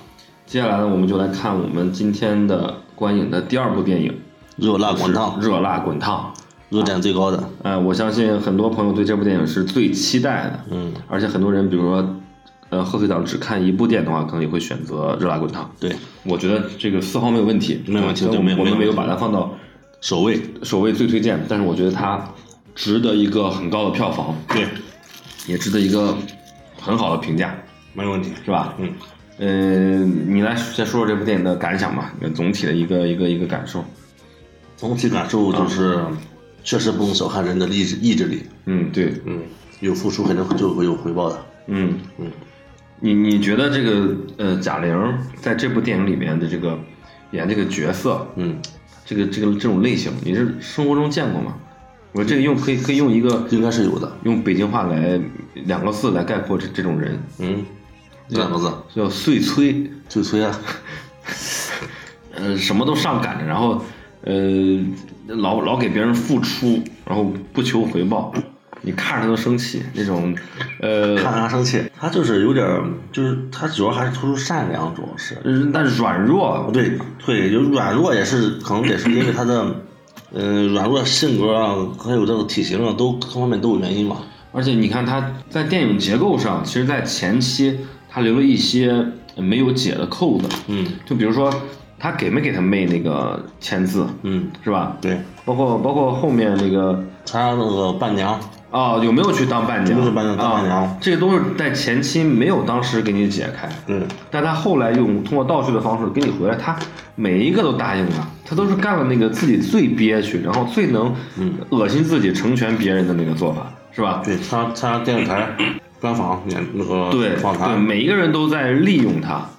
A: 接下来呢，我们就来看我们今天的观影的第二部电影
B: 热辣滚烫
A: 《，热辣滚烫》。
B: 热点最高的，
A: 呃，我相信很多朋友对这部电影是最期待的，
B: 嗯，
A: 而且很多人，比如说，呃，贺岁档只看一部电影的话，可能也会选择《热辣滚烫》。
B: 对，
A: 我觉得这个丝毫没有问题，
B: 没有问题
A: 可能
B: 这没有
A: 我们
B: 没有
A: 没有
B: 问题
A: 把它放到
B: 首位，
A: 首位最推荐，但是我觉得它值得一个很高的票房，
B: 对，
A: 也值得一个很好的评价，
B: 没有问题。
A: 是吧？
B: 嗯，
A: 呃，你来先说说这部电影的感想吧，你的总体的一个一个一个感受。
B: 总体感受就是，确实不能小看人的意志意志力，
A: 嗯，对，
B: 嗯，有付出肯定就会有回报的。
A: 嗯
B: 嗯，
A: 你你觉得这个呃贾玲在这部电影里面的这个演这个角色，
B: 嗯，
A: 这个这个这种类型，你是生活中见过吗？我这个用可以可以用一个
B: 应该是有的。
A: 用北京话来两个字来概括这这种人，
B: 嗯，两个字，
A: 叫碎催，
B: 就催啊，
A: 呃，什么都上赶着，然后呃老老给别人付出，然后不求回报，你看着他都生气那种，呃，
B: 看着他生气，他就是有点儿，就是他主要还是突出善良，主要是。
A: 呃但是软弱，
B: 对对，有软弱也是，可能也是因为他的，嗯、软弱性格啊，还有这个体型啊，都各方面都有原因嘛。
A: 而且你看他在电影结构上，其实在前期他留了一些没有解的扣子，
B: 嗯
A: 就比如说他给没给他妹那个签字，
B: 嗯，
A: 是吧？
B: 对，
A: 包括包括后面那个
B: 他那个伴娘，
A: 啊、有没有去当伴娘？
B: 有没有伴娘当伴娘
A: 啊这个都是在前期没有当时给你解开，
B: 对
A: 但他后来用通过倒叙的方式给你回来，他每一个都答应了，他都是干了那个自己最憋屈，然后最能恶心自己、成全别人的那个做法，是吧？
B: 对，他他电视台专访演那个
A: 对
B: 访
A: 对，
B: 谈，
A: 每一个人都在利用他，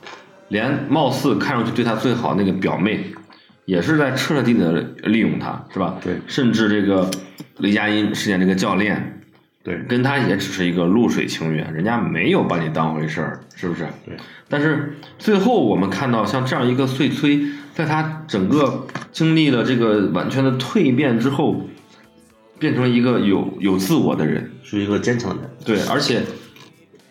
A: 连貌似看上去对他最好那个表妹，也是在彻彻底底的利用他，是吧？
B: 对
A: 甚至这个雷佳音饰演这个教练，
B: 对
A: 跟他也只是一个露水情缘，人家没有把你当回事儿，是不是？
B: 对。
A: 但是最后我们看到，像这样一个碎催，在他整个经历了这个完全的蜕变之后，变成了一个有有自我的人，
B: 是一个坚强的人。
A: 对，而且，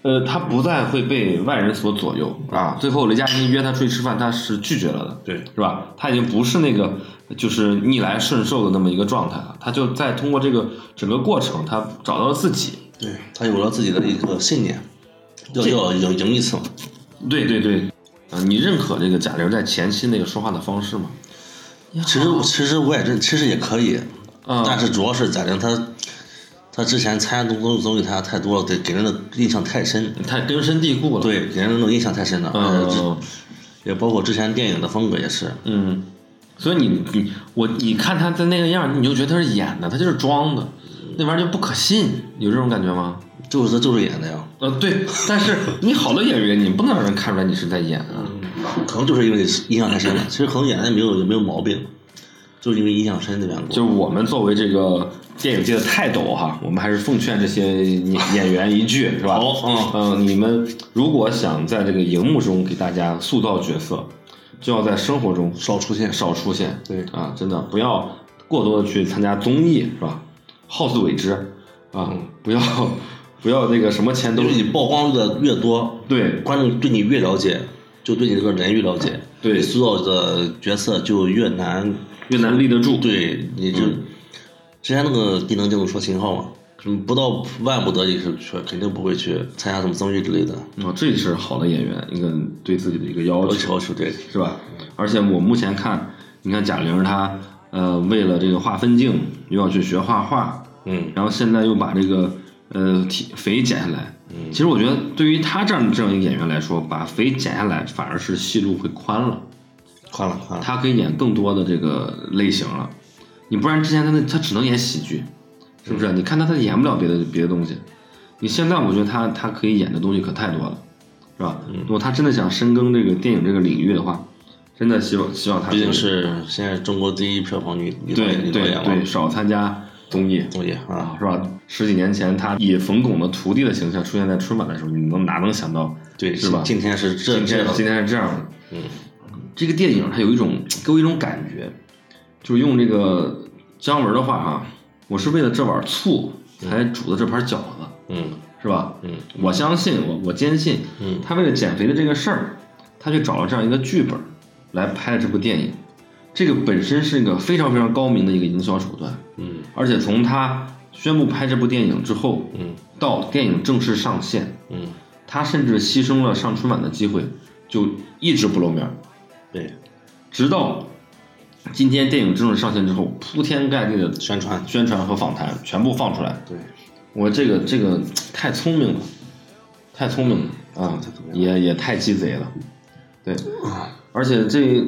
A: 呃，他不再会被外人所左右
B: 啊
A: 最后雷佳音约他出去吃饭，他是拒绝了的，
B: 对
A: 是吧？他已经不是那个就是逆来顺受的那么一个状态了，他就在通过这个整个过程，他找到了自己。
B: 对，他有了自己的一个信念，要要要赢一次嘛。
A: 对对对，啊，你认可这个贾玲在前期那个说话的方式吗？
B: 其实
A: 啊
B: 其实我也真其实也可以，
A: 嗯
B: 但是主要是贾玲她，她之前参加综综综艺参加太多了，给给人的印象太深，
A: 太根深蒂固了。，
B: 对，给人的那种印象太深了。
A: 嗯、
B: 呃也包括之前电影的风格也是，
A: 嗯，所以你你我你看他的那个样儿，你就觉得他是演的，他就是装的，那玩意儿就不可信，有这种感觉吗？
B: 就是她就是演的呀，
A: 呃，对，但是你好的演员，你不能让人看出来你是在演啊。
B: 可能就是因为印象太深了。其实可能演的没有也没有毛病，就是因为印象深的缘故。
A: 就是我们作为这个电影界的泰斗哈，我们还是奉劝这些演演员一句，是吧？
B: 好
A: 嗯、你们如果想在这个荧幕中给大家塑造角色，就要在生活中
B: 少出现，
A: 少出现。
B: 对
A: 啊，真的不要过多的去参加综艺，是吧？好自为之啊，
B: 嗯
A: 不要 不要那个什么钱都
B: 因为你曝光的越多，
A: 对
B: 观众对你越了解，就对你这个人越了解，
A: 对
B: 你塑造的角色就越难。
A: 越南立得住。，嗯
B: 对，你就、之前那个地能就说秦昊嘛，什么不到万不得已是去，肯定不会去参加什么综艺之类的，
A: 哦，这是好的演员一个对自己的一个要
B: 要
A: 求。
B: 求是对，
A: 是吧？而且我目前看，你看贾玲她呃为了这个画分镜，又要去学画画，
B: 嗯，
A: 然后现在又把这个呃体肥减下来。
B: 嗯
A: 其实我觉得对于她这样这样一个演员来说，把肥减下来反而是戏路会宽了，
B: 换了换了，
A: 她可以演更多的这个类型了。你不然之前她那她只能演喜剧，是不是？
B: 嗯
A: 你看她她演不了别的别的东西。你现在我觉得她她可以演的东西可太多了，是吧？
B: 嗯
A: 如果她真的想深耕这个电影这个领域的话，真的希望希望她
B: 毕竟
A: 可以
B: 是现在中国第一票房女女导
A: 对
B: 演女导
A: 对
B: 演
A: 对
B: 嘛，
A: 少参加综艺
B: 综艺
A: 啊
B: 啊，，
A: 是吧？十几年前她以冯巩的徒弟的形象出现在春晚的时候，你能哪能想到
B: 对，
A: 是吧？
B: 今天是这
A: 今
B: 这
A: 天
B: 样
A: 今
B: 的，
A: 天是这样的，嗯，这个电影它有一种给我一种感觉，就是用这个姜文的话哈、我是为了这碗醋才煮的这盘饺子，
B: 嗯
A: 是吧？
B: 嗯，
A: 我相信我我坚信，
B: 嗯
A: 他为了减肥的这个事儿，他去找了这样一个剧本来拍了这部电影，这个本身是一个非常非常高明的一个营销手段，
B: 嗯
A: 而且从他宣布拍这部电影之后，
B: 嗯
A: 到电影正式上线，
B: 嗯，
A: 他甚至牺牲了上春晚的机会，就一直不露面儿，
B: 对，
A: 直到今天电影正式上线之后，铺天盖地的
B: 宣传，
A: 宣传和访谈全部放出来。
B: 对，
A: 我这个这个太聪明了，太聪明了啊
B: 太聪！明
A: 也也太鸡贼了，对。
B: 啊
A: 而且这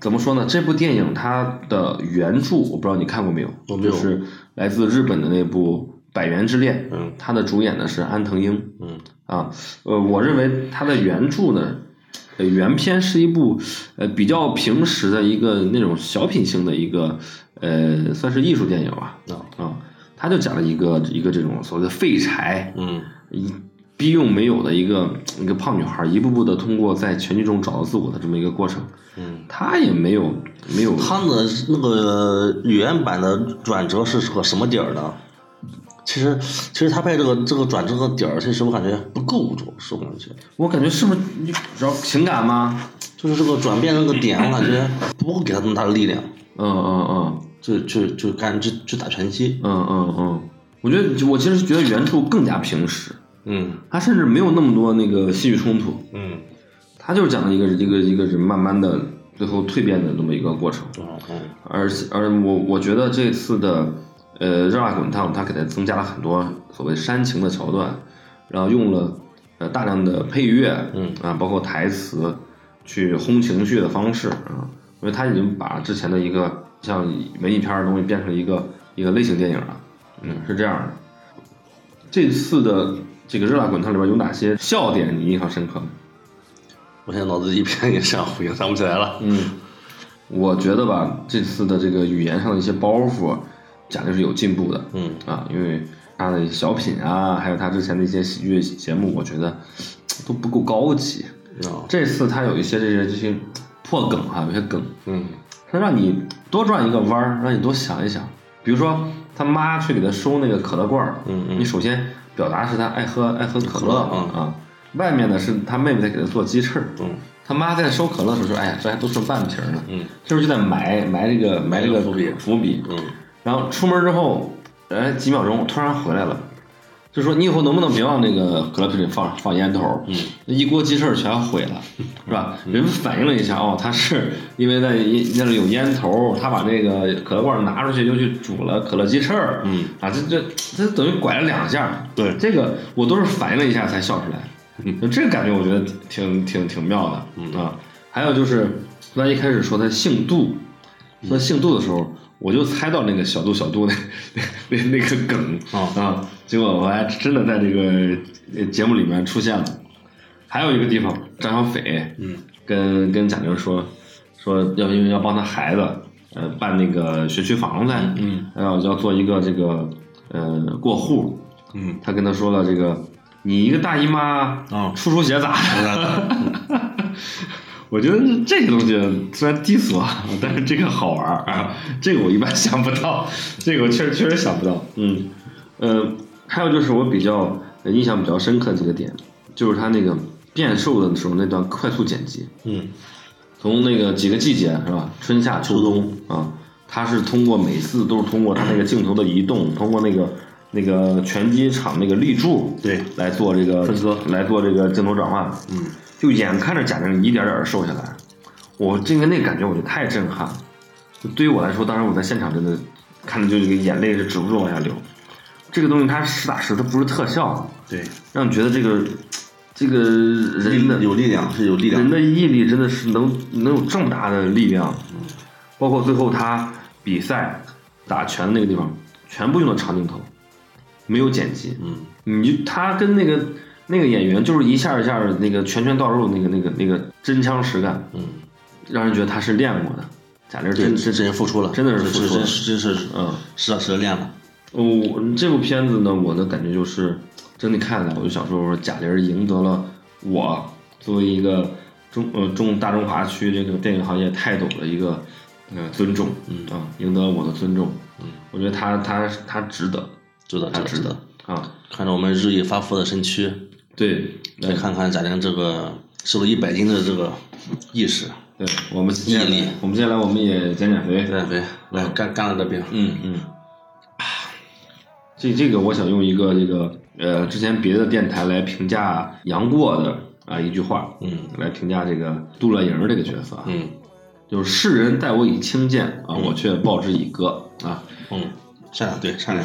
A: 怎么说呢？这部电影它的原著我不知道你看过没有，
B: 我没有
A: 就是来自日本的那部《百元之恋》，
B: 嗯
A: 它的主演呢是安藤英，
B: 嗯
A: 啊，呃，我认为它的原著呢，呃，原片是一部呃比较平时的一个那种小品性的一个呃，算是艺术电影吧。
B: 啊
A: 啊，他就讲了一个一个这种所谓的废柴，
B: 嗯
A: 一逼用没有的一个一个胖女孩，一步步的通过在拳击中找到自我的这么一个过程。
B: 嗯。
A: 她也没有没有，
B: 他的那个语言版的转折是个什么点儿呢？其实，其实他拍这个这个转折和点儿，其实我感觉不够，主是我感觉，
A: 我感觉是不是你主要情感吗？
B: 就是这个转变那个点，我感觉不会给他那么大的力量，
A: 嗯嗯嗯
B: 就就就干就就打拳击，
A: 嗯嗯嗯，我觉得我其实觉得原著更加平实。
B: 嗯
A: 他甚至没有那么多那个戏剧冲突，
B: 嗯
A: 他就是讲了一个一个一个人慢慢的最后蜕变的这么一个过程。
B: 嗯嗯
A: 而且而我我觉得这次的呃热辣滚烫，它给它增加了很多所谓煽情的桥段，然后用了呃大量的配乐，
B: 嗯
A: 啊，包括台词去烘情绪的方式啊，因为它已经把之前的一个像文艺片儿的东西变成了一个一个类型电影了，嗯，是这样的。这次的这个热辣滚烫里边有哪些笑点你印象深刻？
B: 我现在脑子一片一闪回，想不 起来了。
A: 嗯，我觉得吧，这次的这个语言上的一些包袱，贾玲是有进步的。
B: 嗯
A: 啊，因为她的小品啊，还有她之前的一些喜剧节目，我觉得都不够高级。
B: 啊
A: 这次她有一些这些这些破梗哈、有些梗，
B: 嗯
A: 她让你多转一个弯儿，让你多想一想。比如说，他妈去给他收那个可乐罐儿，
B: 嗯嗯
A: 你首先表达是他爱喝爱喝可
B: 可
A: 乐
B: 乐
A: 啊，外面呢是他妹妹在给他做鸡翅，
B: 嗯
A: 他妈在收可乐的时候说：“哎呀，这还都剩半瓶呢。”
B: 嗯，
A: 这时候就在埋埋这个埋这个
B: 伏笔
A: 伏笔。
B: 嗯
A: 然后出门之后，哎，几秒钟突然回来了，就说：“你以后能不能别往那个可乐瓶里放放烟头？嗯，一锅鸡翅全毁了，
B: 嗯
A: 是吧？”人们反应了一下，哦，他是因为在烟那里有烟头，他把这个可乐罐拿出去就去煮了可乐鸡翅。
B: 嗯，
A: 啊，这这这等于拐了两下。
B: 对嗯
A: 这个我都是反应了一下才笑出来。就这个感觉我觉得挺挺挺妙的，啊，还有就是他一开始说他姓杜，说姓杜的时候，我就猜到那个小杜小杜那那那个梗
B: 啊
A: 啊，结果我还真的在这个呃节目里面出现了。还有一个地方，张小斐，嗯，跟跟贾玲说说要因为要帮他孩子，呃，办那个学区房子，嗯，要要做一个这个呃过户，
B: 嗯，
A: 他跟他说了这个，你一个大姨妈
B: 啊
A: 出出血咋的？ 我觉得这些东西虽然低俗啊，但是这个好玩儿啊，这个我一般想不到，这个我确实确实想不到。嗯，呃，还有就是我比较呃印象比较深刻的几个点，就是他那个变瘦的时候那段快速剪辑，
B: 嗯，
A: 从那个几个季节是吧，春夏秋冬啊，他是通过每次都是通过他那个镜头的移动，通过那个那个拳击场那个立柱，
B: 对
A: 来做这个
B: 分割
A: 来做这个镜头转换，嗯，就眼看着贾玲一点点儿瘦下来，我这个那感觉我就太震撼了，就对于我来说，当时我在现场真的看着就这个眼泪是止不住往下流，这个东西它实打实，它不是特效，
B: 对，
A: 让你觉得这个这个人的
B: 有力量是有力量
A: 人，的毅力真的是能能有这么大的力量，包括最后他比赛打拳的那个地方，全部用的长镜头，没有剪辑。
B: 嗯，
A: 你就他跟那个那个演员就是一下一下儿那个拳拳到肉，那个那个那个真枪实干，
B: 嗯，
A: 让人觉得他是练过的。贾玲
B: 对，
A: 真
B: 这
A: 真
B: 这人付出了，
A: 真的是
B: 这
A: 付出了
B: 真是真是，呃
A: 嗯，
B: 实打实的练了。
A: 呃我这部片子呢，我的感觉就是，整体看下来，我就想说，我说贾玲赢得了我作为一个中呃中大中华区这个电影行业泰斗的一个呃尊重，嗯啊，赢得了我的尊重，嗯，我觉得她她她值得，
B: 值得，
A: 她
B: 值得，值得。
A: 啊，
B: 看着我们日益发福的身躯，
A: 对，
B: 再看看贾玲这个是不是一百斤的这个意识，
A: 对，我们接下
B: 毅力
A: 来我们接下来我们也减减肥，
B: 减肥，来干干了这病。
A: 嗯嗯，这这个我想用一个这个呃，之前别的电台来评价杨过的啊、一句话，
B: 嗯，
A: 来评价这个杜乐莹这个角色啊，
B: 嗯
A: 就是世人待我以轻贱啊，我却报之以歌啊。
B: 嗯，善良，对善良，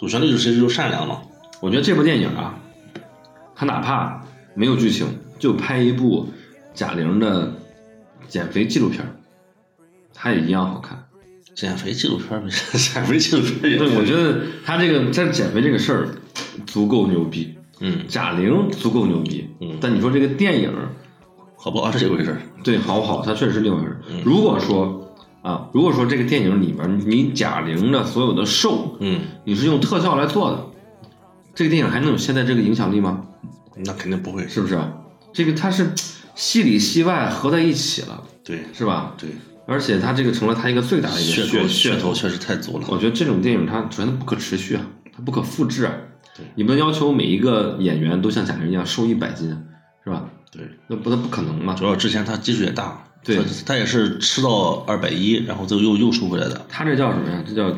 B: 主旋律就是就是善良嘛。
A: 我觉得这部电影啊，它哪怕没有剧情，就拍一部贾玲的减肥纪录片儿，它也一样好看。
B: 减肥纪录片儿， 减肥纪录片儿也
A: 对，我觉得他这个在减肥这个事儿足够牛逼，
B: 嗯，
A: 贾玲足够牛逼，
B: 嗯
A: 但你说这个电影儿
B: 好不好是一回事儿。
A: 对好不好，它确实是另外一回事儿。如果说啊，如果说这个电影里面你贾玲的所有的瘦，
B: 嗯，
A: 你是用特效来做的，这个电影还能有现在这个影响力吗？
B: 那肯定不会
A: 是不是？这个它是戏里戏外合在一起了，
B: 对
A: 是吧？
B: 对，
A: 而且它这个成了它一个最大的一个
B: 噱
A: 噱
B: 头噱头确实太足了。
A: 我觉得这种电影它首先它不可持续啊，它不可复制啊
B: 对。
A: 你不能要求每一个演员都像贾玲一样瘦一百斤，是吧？
B: 对，
A: 那不那不可能嘛
B: 主。要之前他基数也大，
A: 对
B: 他他也是吃到二百一，然后最后又又收回来的。
A: 他这叫什么呀？这叫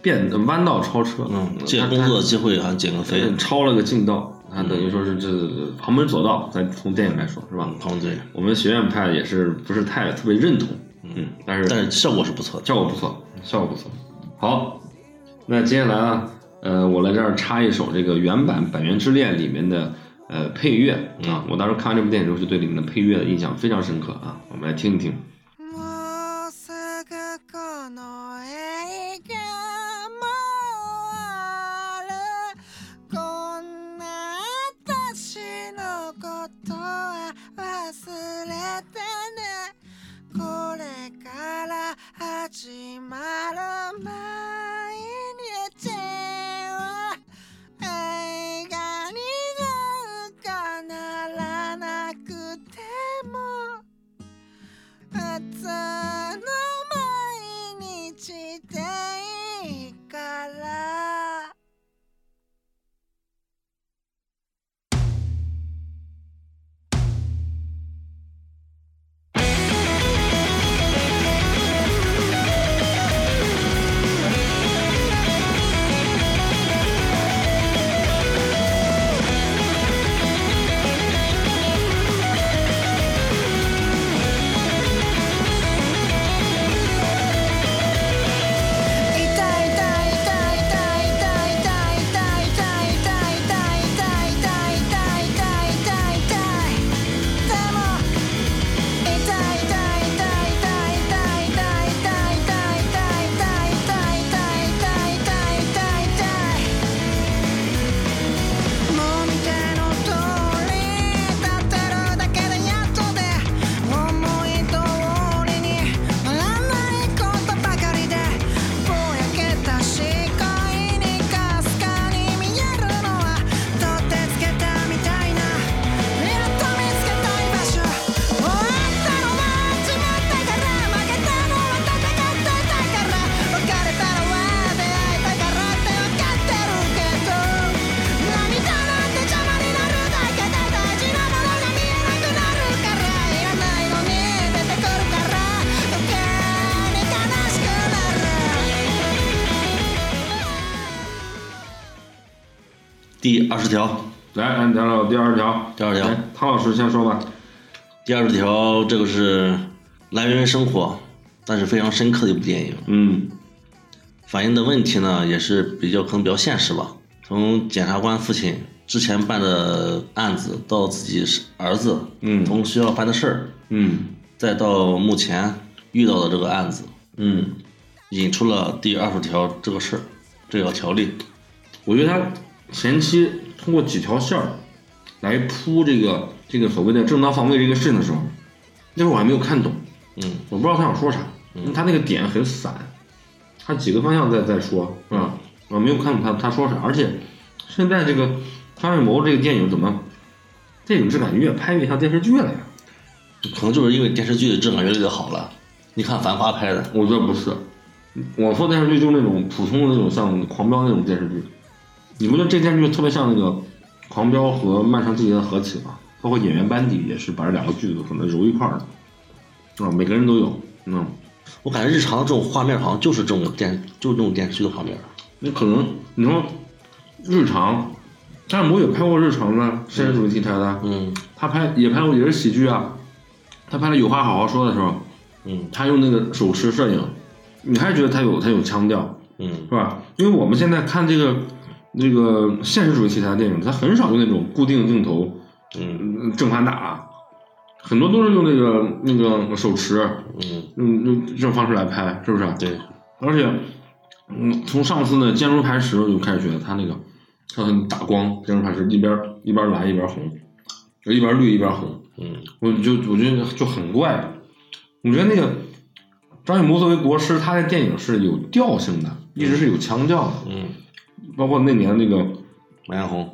A: 变弯道超车。
B: 嗯，借
A: 他
B: 工作嗯机会还减个
A: 他
B: 肥，
A: 超了个近道，他等于说是这旁门左道。咱从电影来说，是吧？
B: 嗯对，
A: 我们学院派也是不是太特别认同，嗯，但是
B: 但是效果是不错的。
A: 效果不错，效果不错。好，那接下来啊，呃，我来这儿插一首这个原版《百元之恋》里面的呃配乐
B: 嗯
A: 啊，我当时看完这部电影之后，就对里面的配乐的印象非常深刻啊，我们来听一听。
D: もうすぐこの映画も終わるこんな私のことは忘れてねこれから始まる毎日は映画になんかならなくても普通の毎日でいいから
B: 嗯第二十条，
A: 来，来聊聊第二十条。
B: 第二十条
A: 来，汤老师先说吧。
B: 第二十条这个是来源于生活，但是非常深刻的一部电影，
A: 嗯
B: 反映的问题呢也是比较可能比较现实吧。从检察官父亲之前办的案子，到自己是儿子
A: 嗯
B: 从学校办的事儿，
A: 嗯
B: 再到目前遇到的这个案子，
A: 嗯，
B: 引出了第二十条这个事儿，这条条例。
A: 我觉得他前期通过几条线儿来铺这个这个所谓的正当防卫这个事情的时候，那会儿我还没有看懂，
B: 嗯，
A: 我不知道他想说啥，因为他那个点很散，他几个方向在在说啊，我没有看懂他他说啥，而且现在这个张艺谋这个电影怎么电影质感越拍越像电视剧了呀？
B: 可能就是因为电视剧的质感越来越好了。你看《繁花》拍的，
A: 我觉得不是，我说电视剧就是那种普通的那种像《狂飙》那种电视剧，你不觉得这电视剧特别像那个《狂飙》和《漫长季节》的合体吗？包括演员班底也是把这两个剧组可能揉一块儿的，啊，每个人都有，嗯，
B: 我感觉日常这种画面好像就是这种电，就是这种电视剧的画面。
A: 那可能你说日常，张艺谋也拍过日常的现实主义题材的，
B: 嗯
A: 他拍也拍过也是喜剧啊，他拍了《有话好好说》的时候，
B: 嗯
A: 他用那个手持摄影，你还是觉得他有他有腔调，
B: 嗯
A: 是吧？因为我们现在看这个这个现实主义题材的电影，它很少用那种固定镜头
B: 嗯
A: 嗯正反打，很多都是用那个那个手持，
B: 嗯，
A: 用用这种方式来拍，是不是？。啊
B: 对，
A: 而且，嗯，从上次呢《坚如磐石》我就开始觉得他那个，他很打光，《坚如磐石》一边一边蓝一边红，一边绿一边红，
B: 嗯
A: 我就我觉得就很怪。我觉得那个张艺谋作为国师，他的电影是有调性的，一直是有腔调的。
B: 嗯，
A: 包括那年那个《
B: 马艳红，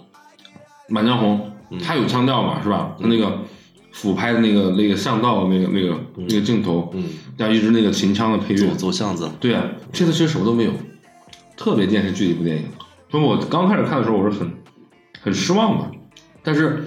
A: 满江红
B: 嗯》，
A: 他有腔调嘛，是吧？他那个俯拍的那个那个巷道那个那个那个镜头，
B: 嗯，
A: 加一直那个秦腔的配乐
B: 走，走巷子，
A: 对啊，这次其实什么都没有，特别电视剧的一部电影。所以我刚开始看的时候，我是很很失望的，但是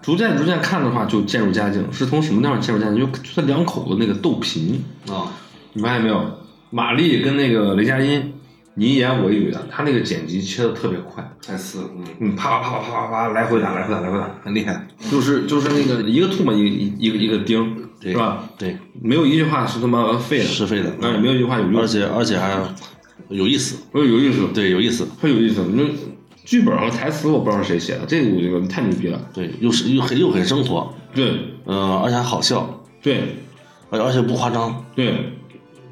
A: 逐渐逐渐看的话，就渐入佳境。是从什么地方渐入佳境？就就他两口子那个斗贫，
B: 啊，
A: 你发现没有？马丽跟那个雷佳音，你一言我一语的，他那个剪辑切的特别快，
B: 太次，嗯
A: 嗯，啪啪啪啪啪啪，来回打，来回打，来回打，
B: 很厉害，
A: 就是就是那个一个唾沫一个一个一个钉儿，
B: 对
A: 是吧？
B: 对，
A: 没有一句话是他妈废的，
B: 是非的，嗯
A: 哎，没有一句话有用
B: 而，且而且还有意思，
A: 哎有意思，
B: 对，有意思，
A: 很有意思。那剧本和台词我不知道是谁写的，这个我觉得太牛逼了。
B: 对，又是又很又很生活，
A: 对
B: 嗯，而且还好笑，
A: 对
B: 而而且不夸张，
A: 对。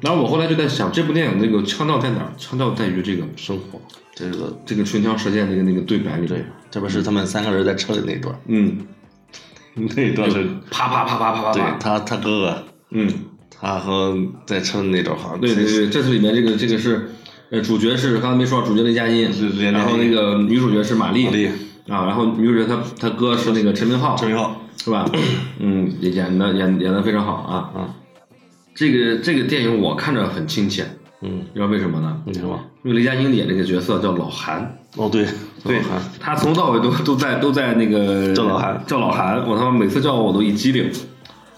A: 然后我后来就在想，这部电影那个腔调在哪儿？腔调在于这个
B: 生活，这个
A: 这个唇枪舌剑那个那个对白里
B: 对
A: 面，，
B: 特别是他们三个人在车里那一段，
A: 嗯，
B: 那一段是，
A: 啪啪啪啪啪啪
B: 对
A: 啪，
B: 他他哥哥，
A: 嗯。
B: 他和在车里那段好像
A: 对对对，这次里面这个这个是，呃，主角是刚才没说到，主角雷佳音
B: 是雷佳音
A: 然后那个女主角是马丽，
B: 马丽
A: 啊，然后女主角她她哥是那个陈明昊，
B: 陈明昊，
A: 是 吧？嗯，也演的演演的非常好啊。
B: 嗯
A: 这个这个电影我看着很亲切，
B: 嗯，
A: 你知道为什么呢？
B: 你什么？
A: 因为雷佳音演这个角色叫老韩，
B: 哦对，
A: 对
B: 老韩，
A: 他从头到尾都都在都在那个
B: 叫老韩
A: 叫老韩，我他妈每次叫我我都一激灵。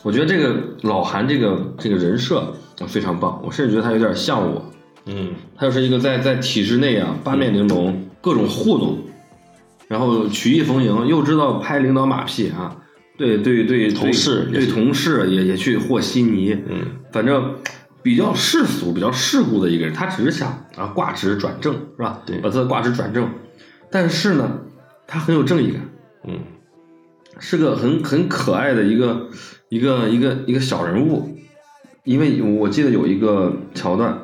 A: 我觉得这个老韩这个这个人设啊非常棒，我甚至觉得他有点像我，
B: 嗯
A: 他就是一个在在体制内啊八面玲珑，各种糊弄，然后曲意逢迎，又知道拍领导马屁啊，对对对，对
B: 同事也
A: 对
B: 是
A: 同事也也去和稀泥，
B: 嗯
A: 反正比较世俗、比较世故的一个人，他只是想啊挂职转正是吧？
B: 对
A: 把自己的挂职转正，但是呢，他很有正义感，
B: 嗯
A: 是个很很可爱的一个一个一个一个小人物，因为我记得有一个桥段，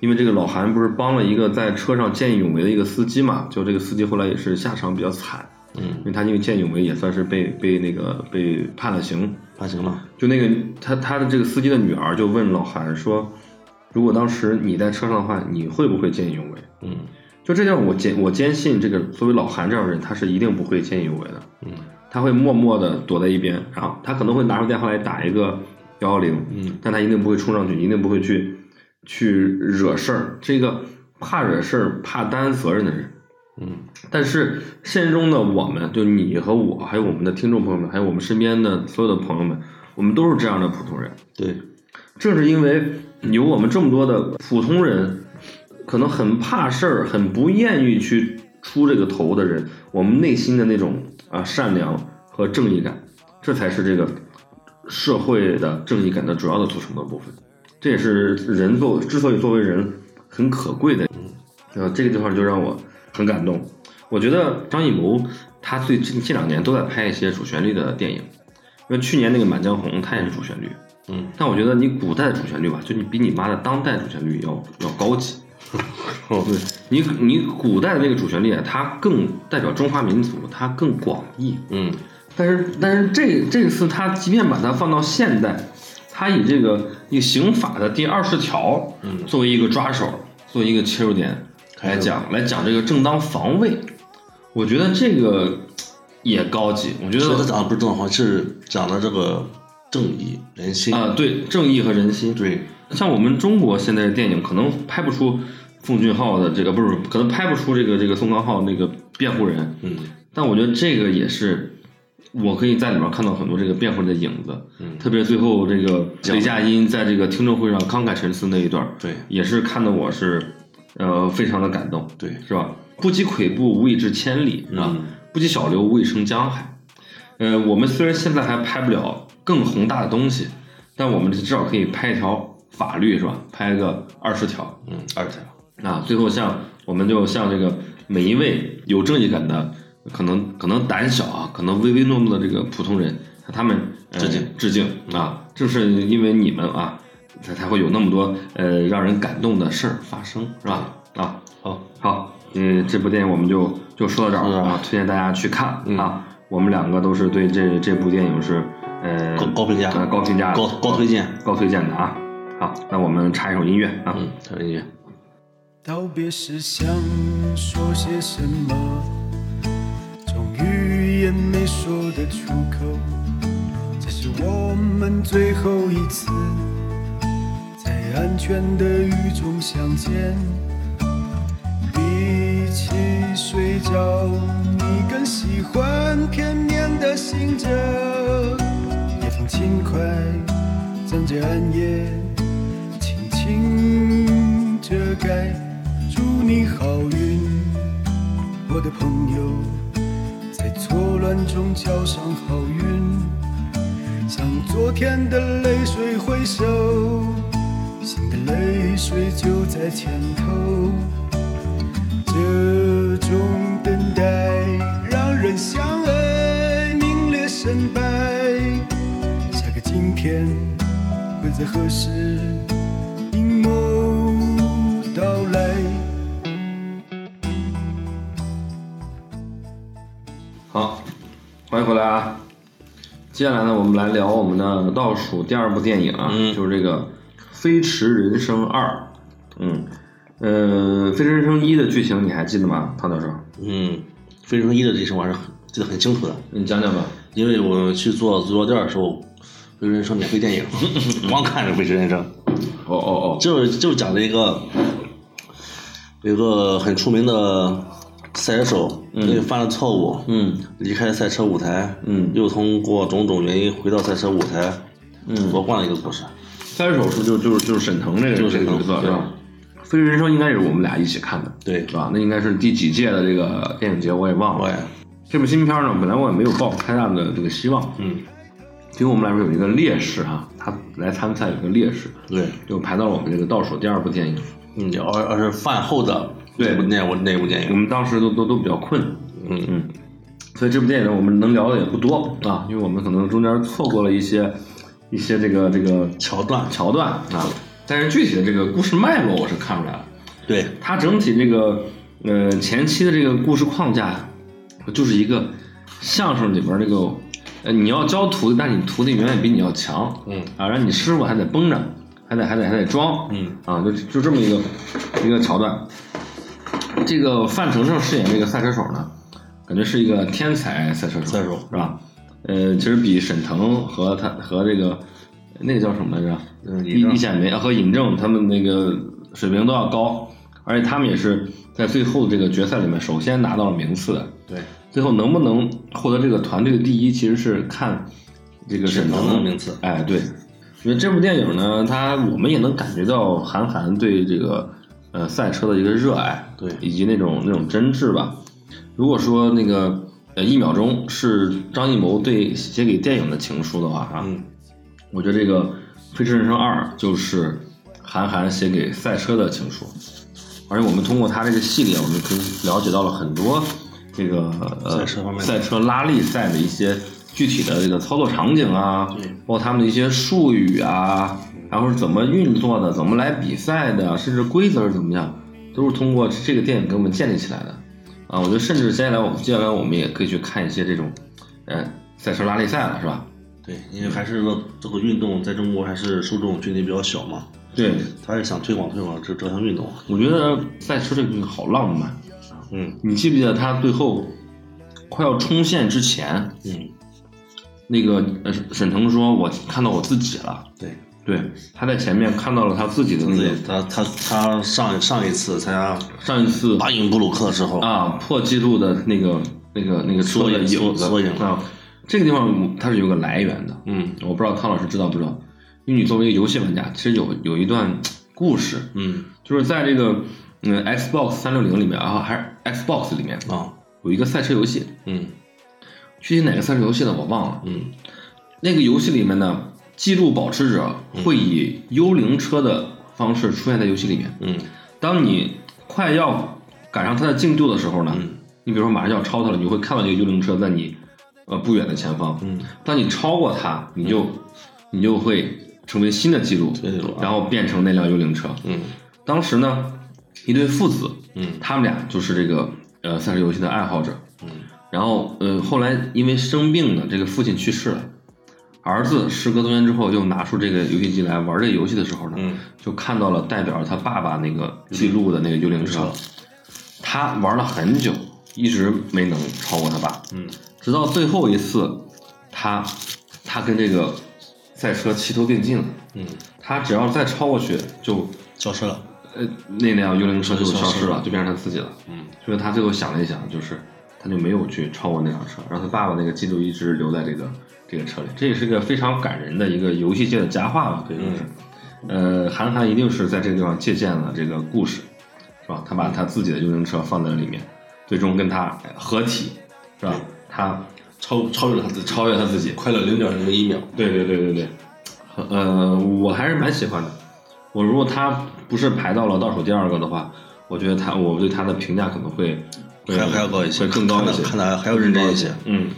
A: 因为这个老韩不是帮了一个在车上见义勇为的一个司机嘛，就这个司机后来也是下场比较惨，因
B: 嗯，
A: 为他因为见义勇为也算是被被那个被判了刑，
B: 还行吧，
A: 就那个他他的这个司机的女儿就问老韩说，如果当时你在车上的话，你会不会见义勇为？
B: 嗯
A: 就这样，我坚我坚信这个作为老韩这样的人，他是一定不会见义勇为的。
B: 嗯
A: 他会默默的躲在一边，然后他可能会拿出电话来打一个幺幺零，
B: 嗯
A: 但他一定不会冲上去，一定不会去去惹事儿。这个怕惹事儿、怕担责任的人，
B: 嗯
A: 但是现实中的我们，就你和我，还有我们的听众朋友们，还有我们身边的所有的朋友们，我们都是这样的普通人。
B: 对，
A: 正是因为有我们这么多的普通人，可能很怕事儿，很不愿意去出这个头的人，我们内心的那种啊善良和正义感，这才是这个社会的正义感的主要的组成的部分。这也是人作之所以作为人很可贵的。呃，这个地方就让我很感动。我觉得张艺谋他最近近两年都在拍一些主旋律的电影，因为去年那个《满江红》它也是主旋律，
B: 嗯，
A: 但我觉得你古代的主旋律吧，就你比你妈的当代主旋律要要高 级。
B: 哦
A: 对你，你古代的那个主旋律啊，它更代表中华民族，它更广义。
B: 嗯，
A: 但是，但是这这次他即便把它放到现代，他以这个以刑法的第二十条，
B: 嗯
A: 作为一个抓手，作为一个切入点来讲，来讲这个正当防卫，我觉得这个也高级。我觉
B: 所以他
A: 得
B: 讲的不是正话，是讲的这个正义人心。
A: 啊、对正义和人心，
B: 对，
A: 像我们中国现在的电影，可能拍不出奉俊昊的这个，不是，可能拍不出这个这个宋康昊那个辩护人。
B: 嗯
A: 但我觉得这个也是，我可以在里面看到很多这个辩护人的影子。
B: 嗯，
A: 特别最后这个雷佳音在这个听证会上慷慨陈词那一段，
B: 对
A: 也是看得我是，呃，非常的感动，
B: 对，
A: 是吧？不积跬步，无以至千里，是吧？
B: 嗯
A: 不积小流，无以生江海。呃，我们虽然现在还拍不了更宏大的东西，但我们至少可以拍一条法律，是吧？拍个二十条，
B: 嗯，二条，
A: 啊，最后像我们就像这个每一位有正义感的，可能可能胆小啊，可能唯唯诺诺的这个普通人，向他们、呃
B: 致敬
A: 致敬啊！正是因为你们啊，才才会有那么多呃让人感动的事儿发生，是吧？啊，
B: 好，
A: 好，嗯，这部电影我们就就说到这
B: 是
A: 儿
B: 啊
A: 啊，推荐大家去看、
B: 嗯
A: 啊！我们两个都是对这这部电影是呃
B: 高高评价
A: 呃高评价的、
B: 高高推荐，
A: 高推荐的啊！好，那我们插一首音乐啊。
B: 嗯，推荐。
E: 道别时想说些什么，终于也没说得出口。这是我们最后一次在安全的雨中相见。一起睡觉，你更喜欢片面的醒着，夜风轻快，枕着暗夜。轻轻遮盖。祝你好运，我的朋友，在错乱中交上好运，向昨天的泪水挥手，新的泪水就在前头。这种等待让人相爱，名列身败。下个今天。会在何时凝眸到来？
A: 好，欢迎回来啊！接下来呢，我们来聊我们的倒数第二部电影啊，
B: 嗯
A: 就是这个《飞驰人生二》。嗯，呃，《飞驰人生一》的剧情你还记得吗，唐教授？
B: 嗯，飞升一的这事我还是很记得很清楚的，
A: 你讲讲吧。
B: 因为我去做足疗店的时候，飞驰人生免费电影， 光看着飞驰人生，
A: 哦哦哦，
B: 就是就是讲了一个有一个很出名的赛车手，因为犯了错误，
A: 嗯
B: 离开赛车舞台，
A: 嗯
B: 又通过种种原因回到赛车舞台，
A: 嗯，
B: 夺冠的一个故事。
A: 三手是就就是就是沈腾这个
B: 就是沈腾
A: 这个角色是
B: 对
A: 吧？《飞驰人生》应该也是我们俩一起看的，
B: 对
A: 是吧？那应该是第几届的这个电影节，我也忘了。
B: 我也，
A: 这部新片呢，本来我也没有抱太大的这个希望，
B: 嗯，
A: 对于我们来说有一个劣势哈、他来参赛有一个劣势，
B: 对，
A: 就排到了我们这个倒数第二部电影。
B: 嗯，而而是饭后的
A: 对
B: 那部那部那部电
A: 我
B: 影，
A: 们当时都都都比较困，
B: 嗯
A: 嗯，所以这部电影我们能聊的也不多啊，因为我们可能中间错过了一些一些这个这个
B: 桥段，
A: 桥段啊，但是具体的这个故事脉络我是看出来了，
B: 对，
A: 它整体这个呃前期的这个故事框架，就是一个相声里边这个，呃你要教徒弟，但是你徒弟远远比你要强，
B: 嗯
A: 啊，让你师傅还得绷着，还得还得还得装，
B: 嗯
A: 啊，就就这么一个一个桥段。这个范丞丞饰演这个赛车手呢，感觉是一个天才赛车手，
B: 赛车手
A: 是吧？呃，其实比沈腾和他和这个那个叫什么来着？
B: 嗯
A: 易
B: 尹正
A: 易显梅和尹正他们那个水平都要高，而且他们也是在最后这个决赛里面首先拿到了名次的。
B: 对，
A: 最后能不能获得这个团队的第一，其实是看这个沈
B: 沈
A: 腾
B: 腾的名次
A: 哎，对，因为这部电影呢，它我们也能感觉到韩寒对这个呃赛车的一个热爱，
B: 对
A: 以及那种那种真挚吧。如果说那个呃一秒钟是张艺谋对写给电影的情书的话，啊，
B: 嗯
A: 我觉得这个《飞驰人生二》就是韩寒写给赛车的情书，而且我们通过他这个系列，我们可以了解到了很多这个呃
B: 赛车方面的
A: 赛车拉力赛的一些具体的这个操作场景啊，包括他们的一些术语啊，然后是怎么运作的，怎么来比赛的，甚至规则是怎么样，都是通过这个电影给我们建立起来的。啊，我觉得甚至接下来我们接下来我们也可以去看一些这种，呃，赛车拉力赛了，是吧？
B: 对，因为还是说这个运动在中国还是受众群体比较小嘛，
A: 对，
B: 他是想推广推广这这项运动。啊
A: 我觉得赛车这个东西好浪漫。
B: 嗯
A: 你记不记得他最后快要冲线之前，
B: 嗯，
A: 那个呃沈沈腾说：“我看到我自己了。
B: 对，”
A: 对，他在前面看到了他自己的那
B: 对
A: 个
B: 他他他上上一次参加
A: 上一次
B: 巴音布鲁克的时候，
A: 啊破纪录的那个那个那个车的
B: 缩影
A: 影子
B: 缩影
A: 啊，这个地方嗯它是有个来源的。
B: 嗯
A: 我不知道汤老师知道不知道，因为你作为一个游戏玩家，其实有有一段故事，
B: 嗯
A: 就是在这个嗯 Xbox 三六零里面啊，还是 Xbox 里面
B: 啊
A: 有一个赛车游戏，
B: 嗯
A: 具体哪个赛车游戏呢？我忘了。
B: 嗯
A: 那个游戏里面呢，记录保持者
B: 嗯
A: 会以幽灵车的方式出现在游戏里面。
B: 嗯
A: 当你快要赶上它的进度的时候呢，
B: 嗯
A: 你比如说马上就要超它了，你会看到这个幽灵车在你呃不远的前方。
B: 嗯，
A: 当你超过它，你就、你就会成为新的记录，
B: 新的记录啊
A: 然后变成那辆幽灵车。
B: 嗯
A: 当时呢，一对父子，
B: 嗯
A: 他们俩就是这个呃赛车游戏的爱好者。
B: 嗯
A: 然后呃，后来因为生病呢，这个父亲去世了，儿子时隔多年之后又拿出这个游戏机来玩这个游戏的时候呢，
B: 嗯
A: 就看到了代表着他爸爸那个记录的那个幽灵
B: 嗯
A: 车，他玩了很久，一直没能超过他爸，
B: 嗯
A: 直到最后一次，他他跟这个赛车齐头并进了，
B: 嗯，
A: 他只要再超过去就
B: 消失了。
A: 呃，那辆幽灵车就消
B: 消
A: 失
B: 失
A: 了，
B: 了
A: 就变成他自己了。
B: 嗯，
A: 所以他最后想了一想，就是他就没有去超过那辆车，然后他爸爸那个记录一直留在这个这个车里，这也是个非常感人的一个游戏界的佳话吧，可以说是。呃，韩寒一定是在这个地方借鉴了这个故事，是吧？他把他自己的幽灵车放在了里面，最终跟他合体，是吧？他
B: 超超越了他自己，
A: 超越他自己，
B: 快了零点零一秒。
A: 对对对对对，呃，我还是蛮喜欢的。我如果他不是排到了倒数第二个的话，我觉得他我对他的评价可能会会
B: 还还要高一些
A: 会更高一些，
B: 看得看得还要认真一些
A: 嗯，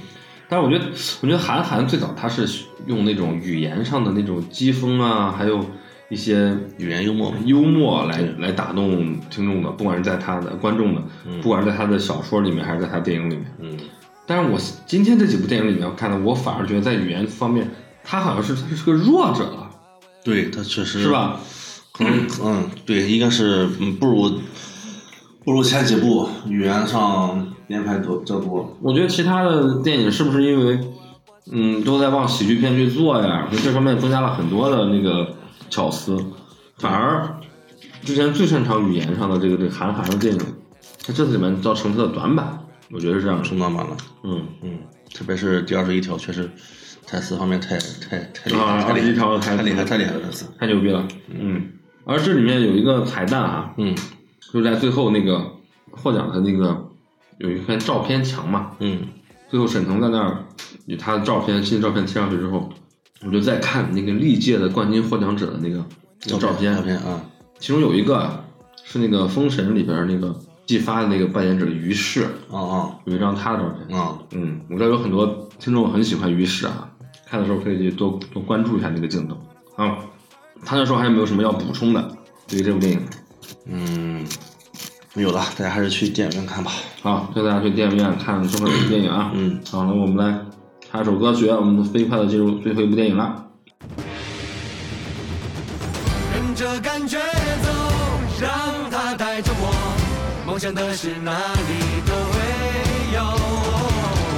A: 但是我觉得，我觉得韩寒最早他是用那种语言上的那种机锋啊，还有一些
B: 语言幽默嘛，
A: 幽默来来打动听众的，不管是在他的观众的，不管是在他的小说里面，还是在他电影里面，
B: 嗯，
A: 但是我今天这几部电影里面看的，我反而觉得在语言方面，他好像是他是个弱者了，
B: 对他确实
A: 是？吧？
B: 可能嗯，对，应该是嗯不如不如前几部语言上编排多较多。
A: 我觉得其他的电影是不是因为，嗯，都在往喜剧片去做呀？所以这方面增加了很多的那个巧思，反而之前最擅长语言上的这个这个韩寒的电影，他这次里面倒成他的短板，我觉得是这样的。
B: 充满满了，
A: 嗯，
B: 嗯，特别是第二十一条，确实台词方面太太太厉
A: 啊
B: 害，太厉
A: 21条的台词
B: 害，太厉害，太厉害了，这次。
A: 太牛逼了。嗯，而这里面有一个彩蛋啊，
B: 嗯
A: 就是在最后那个获奖的那个有一篇照片墙嘛，
B: 嗯
A: 最后沈腾在那儿，以他的照片新的照片贴上去之后，我就在看那个历届的冠军获奖者的那个那个照片，
B: 照片啊，
A: 其中有一个是那个《封神》里边那个季发的那个扮演者于适，
B: 啊啊
A: 有一张他的照片。
B: 啊，
A: 嗯，我知道有很多听众很喜欢于适啊，看的时候可以去多多关注一下那个镜头啊。他那时候还有没有什么要补充的？对于这部电影
B: 嗯，没有了，大家还是去电影院看吧。
A: 好，推大家去电影院看收看这部电影啊。
B: 嗯，
A: 好，那我们来插一首歌曲，我们飞快的进入最后一部电影了。
D: 跟着感觉走，让它带着我，梦想的事哪里都会有。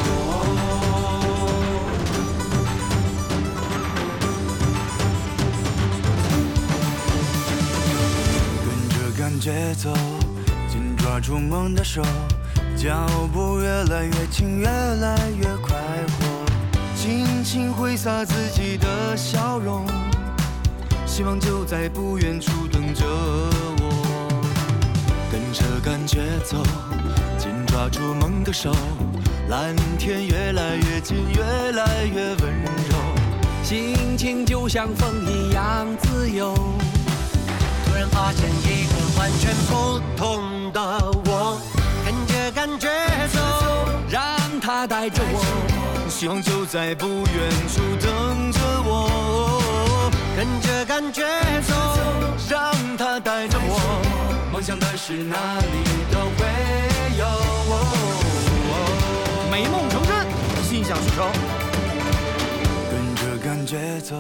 F: 跟着感觉走，紧抓住梦的手，脚步越来越轻，越来越快活，尽情挥洒自己的笑容，希望就在不远处等着我。跟着感觉走，紧抓住梦的手，蓝天越来越近，越来越温柔，
G: 心情就像风一样自由。突然发现一个完全不同的我，跟着感觉走，让它带着我，
F: 希望就在不远处等着我，
G: 跟着感觉走，
F: 让它带着我，梦想的是哪里都会有。
G: 美梦成真，心想事成。
F: 跟着感觉走，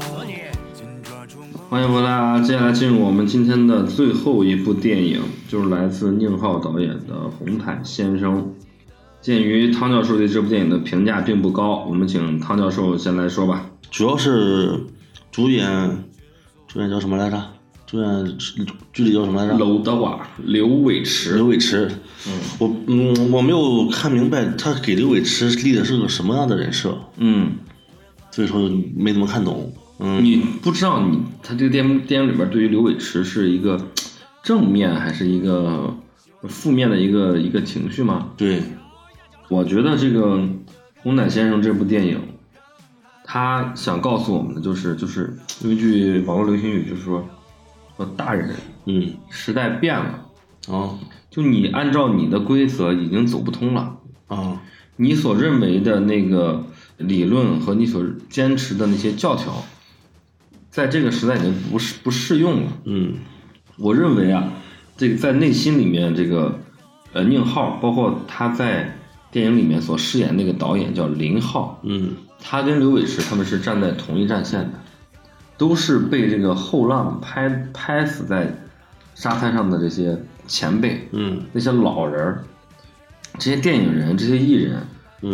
F: 紧抓住梦。
A: 欢迎回来啊！接下来进入我们今天的最后一部电影，就是来自宁浩导演的《红毯先生》。鉴于汤教授对这部电影的评价并不高，我们请汤教授先来说吧。
B: 主要是主演，主演叫什么来着？主演剧里叫什么来着？
A: 娄德瓦、刘伟驰
B: 刘，伟驰。我嗯，我没有看明白他给刘伟驰立的是个什么样的人设，
A: 嗯，
B: 所以说没怎么看懂。嗯，
A: 你不知道你他这个电电影里边对于刘伟驰是一个正面还是一个负面的一个一个情绪吗？
B: 对，
A: 我觉得这个《红毯先生》这部电影，他想告诉我们的就是，就是用一句网络流行语，就是说，说大人
B: 嗯，
A: 时代变了，
B: 啊
A: 就你按照你的规则已经走不通了，
B: 啊，
A: 你所认为的那个理论和你所坚持的那些教条，在这个时代已经不适不适用了。
B: 嗯
A: 我认为啊，这个在内心里面，这个呃宁浩，包括他在电影里面所饰演那个导演叫林浩，
B: 嗯
A: 他跟刘伟驰他们是站在同一战线的，都是被这个后浪拍拍死在沙滩上的这些前辈，
B: 嗯
A: 那些老人儿，这些电影人，这些艺人，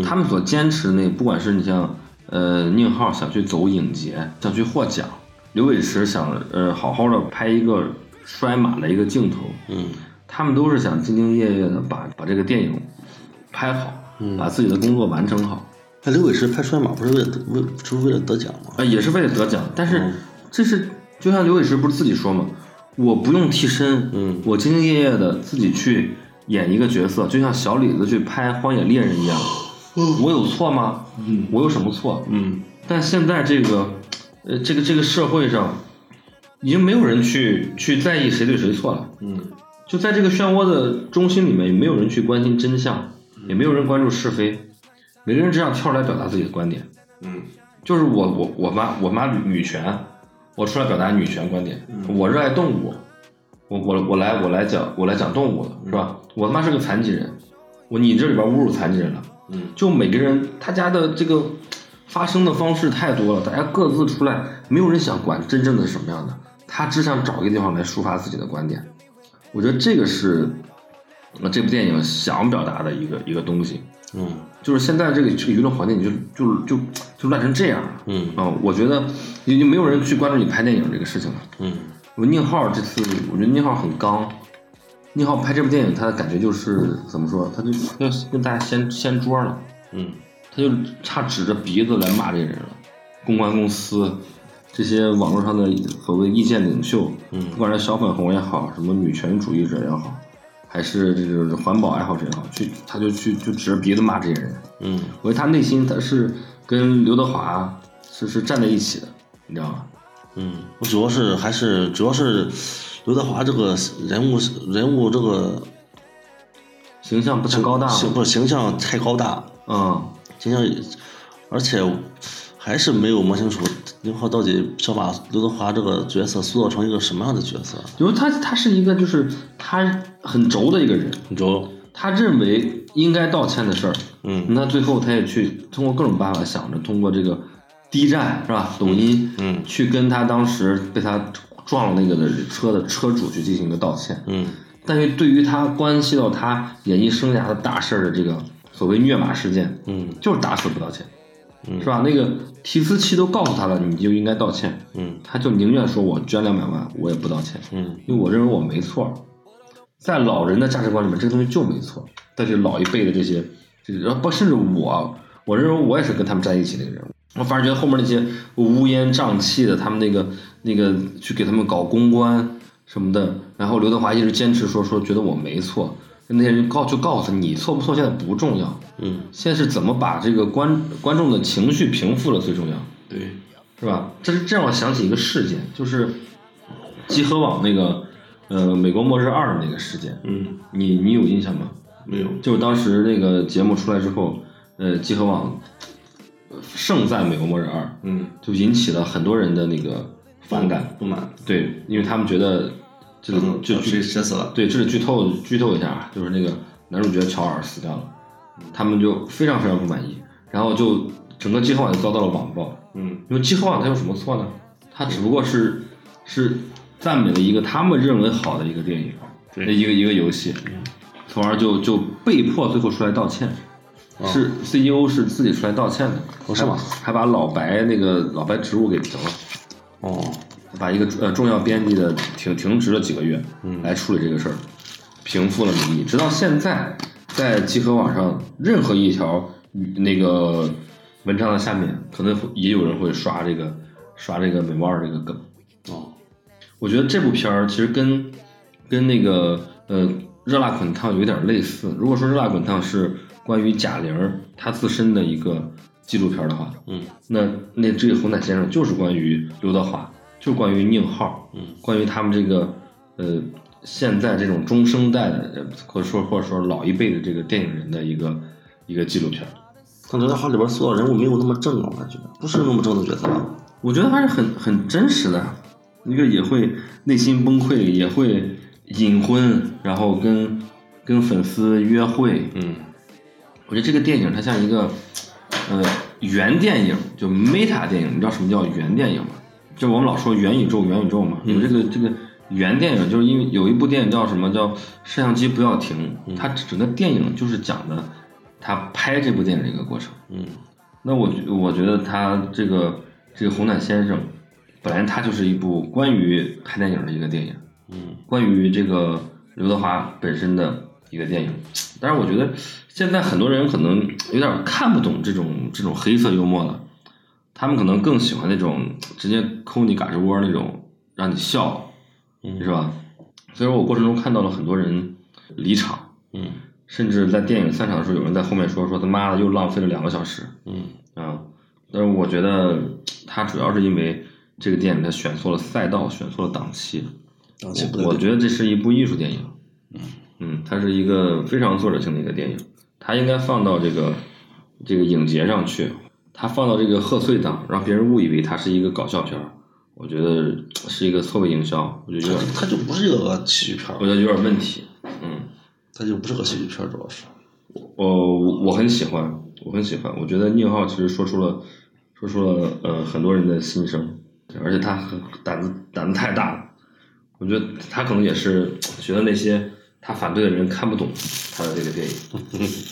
A: 他们所坚持的那，不管是你像呃宁浩想去走影节，想去获奖，刘伟驰想呃好好的拍一个摔马的一个镜头，
B: 嗯
A: 他们都是想兢兢业业的把把这个电影拍好，把自己的工作完成好。
B: 那刘伟驰拍摔马不是为了得为就是为了得奖吗？
A: 啊，也是为了得奖，但
B: 嗯
A: 是这是就像刘伟驰不是自己说嘛，我不用替身，
B: 嗯
A: 我兢兢业业的自己去演一个角色，就像小李子去拍《荒野猎人》一样，我有错吗？嗯，我有什么错？
B: 嗯
A: 但现在这个，呃，这个这个社会上，已经没有人去去在意谁对谁错了，
B: 嗯
A: 就在这个漩涡的中心里面，也没有人去关心真相，
B: 嗯
A: 也没有人关注是非，每个人只想跳出来表达自己的观点。
B: 嗯
A: 就是我我我妈我妈女权，我出来表达女权观点，我热爱动物，我我我来我来讲我来讲动物了，是吧？我他妈是个残疾人，我你这里边侮辱残疾人了，
B: 嗯，
A: 就每个人他家的这个发声的方式太多了，大家各自出来，没有人想管真正的是什么样的，他只想找一个地方来抒发自己的观点，我觉得这个是呃这部电影想表达的一个一个东西，
B: 嗯
A: 就是现在这个这个舆论环境就就就就乱成这样了。
B: 嗯
A: 嗯，我觉得已经没有人去关注你拍电影这个事情了。
B: 嗯
A: 我宁浩这次，我觉得宁浩很刚。宁浩拍这部电影，他的感觉就是怎么说，他就要跟大家掀掀桌了，
B: 嗯
A: 他就差指着鼻子来骂这些人了。公关公司，这些网络上的所谓意见领袖，嗯，不管是小粉红也好，什么女权主义者也好，还是这种环保爱好者也好，去他就去就指着鼻子骂这些人。
B: 嗯
A: 我觉得他内心他是跟刘德华是是站在一起的，你知道吗？
B: 嗯，我主要是还是主要是刘德华这个人物人物这个
A: 形象不太高大嘛，
B: 形不是形象太高大，
A: 嗯，
B: 形象也，而且还是没有摸清楚宁浩到底想把刘德华这个角色塑造成一个什么样的角色。
A: 就是他他是一个就是他很轴的一个人，
B: 你就
A: 他认为应该道歉的事儿，
B: 嗯
A: 那最后他也去通过各种办法想着通过这个 D 站是吧，抖音，
B: 嗯
A: 去跟他当时被他撞了那个的车的车主去进行一个道歉，
B: 嗯
A: 但是对于他关系到他演艺生涯的大事儿的这个所谓虐马事件，
B: 嗯
A: 就是打死不道歉，是吧？那个提词器都告诉他了，你就应该道歉，
B: 嗯
A: 他就宁愿说我捐两百万，我也不道歉，
B: 嗯
A: 因为我认为我没错。在老人的价值观里面，这个东西就没错。但是老一辈的这些，这然后不甚至我，我认为我也是跟他们站一起的一个人。我反而觉得后面那些乌烟瘴气的，他们那个那个去给他们搞公关，什么的。然后刘德华一直坚持说说觉得我没错，那些人告就告诉他你错不错现在不重要，
B: 嗯，
A: 现在是怎么把这个观观众的情绪平复了最重要，
B: 对，
A: 是吧？这是这让我想起一个事件，就是集合网那个呃《美国末日二》那个事件，
B: 嗯，
A: 你你有印象吗？
B: 没有，
A: 就是当时那个节目出来之后，呃，集合网呃盛赞《美国末日二》，
B: 嗯，
A: 就引起了很多人的那个反感。
B: 不满，
A: 对，因为他们觉得这里
B: 嗯，
A: 就
B: 就谁谁死了？
A: 对，这里剧透剧透一下啊，就是那个男主角乔尔死掉了，他们就非常非常不满意，然后就整个集合网就遭到了网暴。
B: 嗯
A: 因为集合网它有什么错呢？它只不过是是赞美了一个他们认为好的一个电影，
B: 对
A: 一个一个游戏，从而就就被迫最后出来道歉。是 CEO 是自己出来道歉的，
B: 哦是吗
A: 还还把老白那个老白职务给停了，
B: 哦，
A: 把一个呃重要编辑的停停职了几个月，
B: 嗯
A: 来处理这个事儿，平复了民意。直到现在，在集合网上任何一条嗯那个文章的下面，可能会也有人会刷这个刷这个美国二这个梗。
B: 哦，
A: 我觉得这部片儿其实跟跟那个呃《热辣滚烫》有点类似。如果说《热辣滚烫》是关于贾玲儿她自身的一个纪录片儿的话，
B: 嗯，
A: 那那这个红毯先生就是关于刘德华，就是关于宁浩，
B: 嗯，
A: 关于他们这个呃现在这种中生代的，呃或者说或者说老一辈的这个电影人的一个一个纪录片儿。
B: 但刘德华里边塑造人物没有那么正啊，我感觉不是那么正的角色吧？
A: 我觉得还是很很真实的，一个也会内心崩溃，也会隐婚，然后跟跟粉丝约会。
B: 嗯
A: 我觉得这个电影它像一个呃原电影，就 meta 电影。你知道什么叫原电影吗？就我们老说元宇宙，元宇宙嘛，有这个这个原电影，就是因为有一部电影叫什么叫《摄像机不要停》，它整个电影就是讲的他拍这部电影的一个过程。
B: 嗯
A: 那我觉我觉得他这个这个红毯先生，本来他就是一部关于拍电影的一个电影，
B: 嗯，
A: 关于这个刘德华本身的一个电影。但是我觉得现在很多人可能有点看不懂这种这种黑色幽默了，他们可能更喜欢那种直接抠你胳肢窝那种让你笑，
B: 嗯
A: 是吧？所以说我过程中看到了很多人离场，
B: 嗯
A: 甚至在电影散场的时候，有人在后面说说他妈的又浪费了两个小时。
B: 嗯
A: 啊，但是我觉得它主要是因为这个电影它选错了赛道，选错了档期。
B: 档期不
A: 我
B: 对
A: 我觉得这是一部艺术电影，嗯，它是一个非常作者性的一个电影，它应该放到这个这个影节上去，它放到这个贺岁档，让别人误以为它是一个搞笑片儿，我觉得是一个错位营销，我觉得有点，
B: 他就不是一个喜剧片儿
A: 我，觉得有点问题，嗯。
B: 他就不是个喜剧片儿，主要是，
A: 我我很喜欢，我很喜欢。我觉得宁浩其实说出了，说出了呃很多人的心声，而且他很胆子胆子太大了。我觉得他可能也是觉得那些他反对的人看不懂他的这个电影，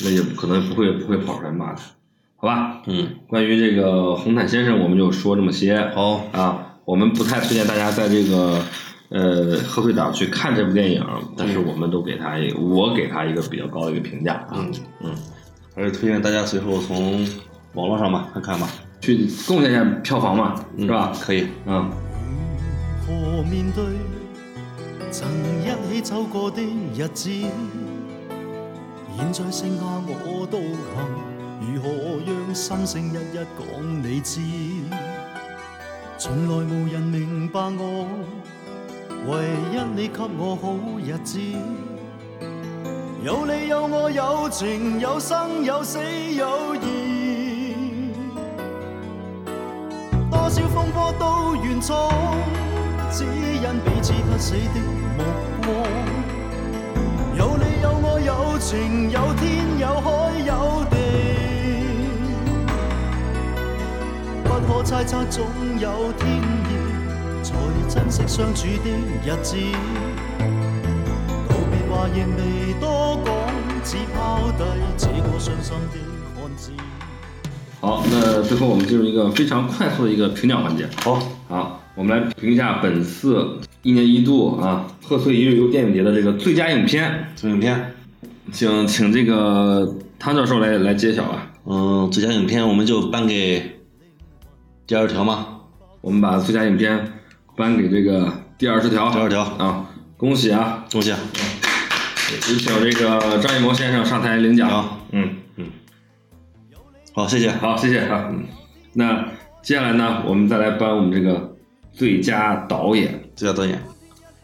A: 那也可能不会不会跑出来骂他，好吧？
B: 嗯，
A: 关于这个红毯先生，我们就说这么些。
B: 好
A: 啊，我们不太推荐大家在这个呃贺岁档去看这部电影，但是我们都给他一，我给他一个比较高的一个评价啊。
B: 嗯嗯，还是推荐大家随后从网络上吧看看吧，
A: 去贡献一下票房嘛，
B: 嗯
A: 是吧？
B: 可以，
A: 嗯，
F: 何面對曾一起走過的日子？現在剩下我獨行，如何讓心聲一一講你知？從來無人明白我，唯一你給我好日子。有你有我有情有生有死有義。多少風波都原創，只因彼此不死的目光。有你有我有情有天有海有地，不可猜測總有天意，才珍惜相處的日子。道別話亦未多講，只拋低這個傷心的漢子。
A: 好，那最后我们进入一个非常快速的一个评奖环节。
B: 好，
A: 好，我们来评一下本次一年一度啊贺岁一日游电影节的这个最佳影片，
B: 这影片。
A: 请请这个汤教授来来揭晓啊。
B: 嗯，最佳影片我们就颁给第二条吗？
A: 我们把最佳影片颁给这个第二十条。
B: 第二条
A: 啊，恭喜啊！
B: 恭喜啊！
A: 有请这个张艺谋先生上台领奖。
B: 好
A: 嗯，
B: 好，谢谢。
A: 好，谢谢啊。嗯，那接下来呢，我们再来颁我们这个最佳导演
B: 最佳导演，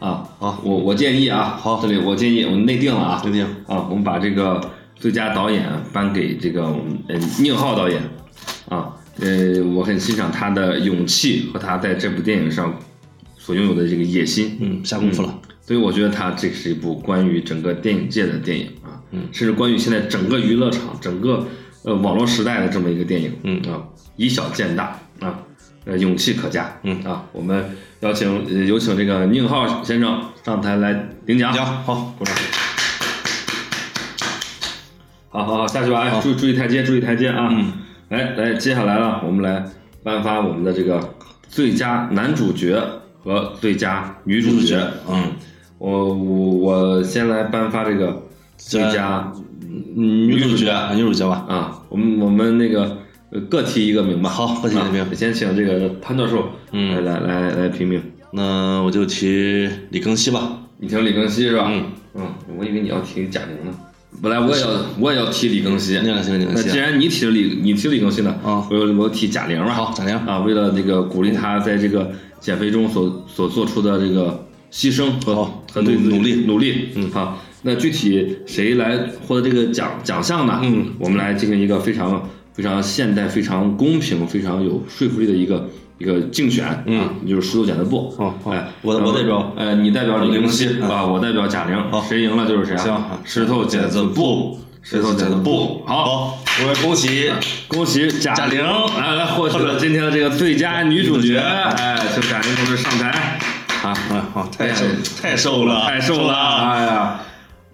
A: 啊。
B: 好
A: 我我建议啊，
B: 好
A: 这里我建议我内定了啊，
B: 丁丁，
A: 啊，我们把这个最佳导演颁给这个我们呃宁浩导演啊，呃，我很欣赏他的勇气和他在这部电影上所拥有的这个野心，
B: 嗯，下功夫了。
A: 所以我觉得他这是一部关于整个电影界的电影啊，
B: 嗯
A: 甚至关于现在整个娱乐场、整个呃网络时代的这么一个电影，
B: 嗯
A: 啊，以小见大啊，呃，勇气可嘉，
B: 嗯
A: 啊，我们邀请呃有请这个宁浩先生上台来领奖，
B: 行，好，鼓掌。
A: 好好好，下去吧，哎，
B: 好
A: 注意注意台阶，注意台阶啊！
B: 嗯，
A: 来来，接下来了，我们来颁发我们的这个最佳男主角和最佳女主角。
B: 嗯，
A: 我我我先来颁发这个最佳
B: 女主角，女主角吧。
A: 啊，我们我们那个呃各提一个名吧。
B: 好各提一个名
A: 啊先请这个潘教授，
B: 嗯
A: 来来来来评评。
B: 那我就提李庚希吧。
A: 你听李庚希是吧？
B: 嗯
A: 嗯，我以为你要提贾玲呢。本来我也要我也要提李庚希，啊
B: 李庚希，李
A: 那
B: 庚
A: 既
B: 希。
A: 然你提了李，你提了李庚希呢，
B: 啊
A: 我我提贾玲吧。
B: 好，贾玲。
A: 啊，为了这个鼓励她在这个减肥中所所做出的这个牺牲和、
B: 好
A: 和对自己
B: 努努力
A: 努力，嗯，好。那具体谁来获得这个奖奖项呢？
B: 嗯，
A: 我们来进行一个非常非常现代、非常公平、非常有说服力的一个一个竞选。
B: 嗯
A: 啊，就是十六讲的部。
B: 好好
A: 哎，
B: 我
A: 然后
B: 我代表
A: 哎，你代表李
B: 李
A: 庚
B: 庚希
A: 希
B: 嗯
A: 啊，我代表贾玲
B: 好，
A: 谁赢了就是谁啊？
B: 行
A: 石头剪子布，石头剪子布，好。嗯
B: 好，我们恭喜
A: 恭喜贾啊
B: 贾玲
A: 来来获取了今天的这个最佳女主角，哎，请贾玲同志上台啊！
B: 哎，好，太瘦
A: 哎呀，
B: 太瘦了，
A: 太瘦了，
B: 啊！
A: 哎呀，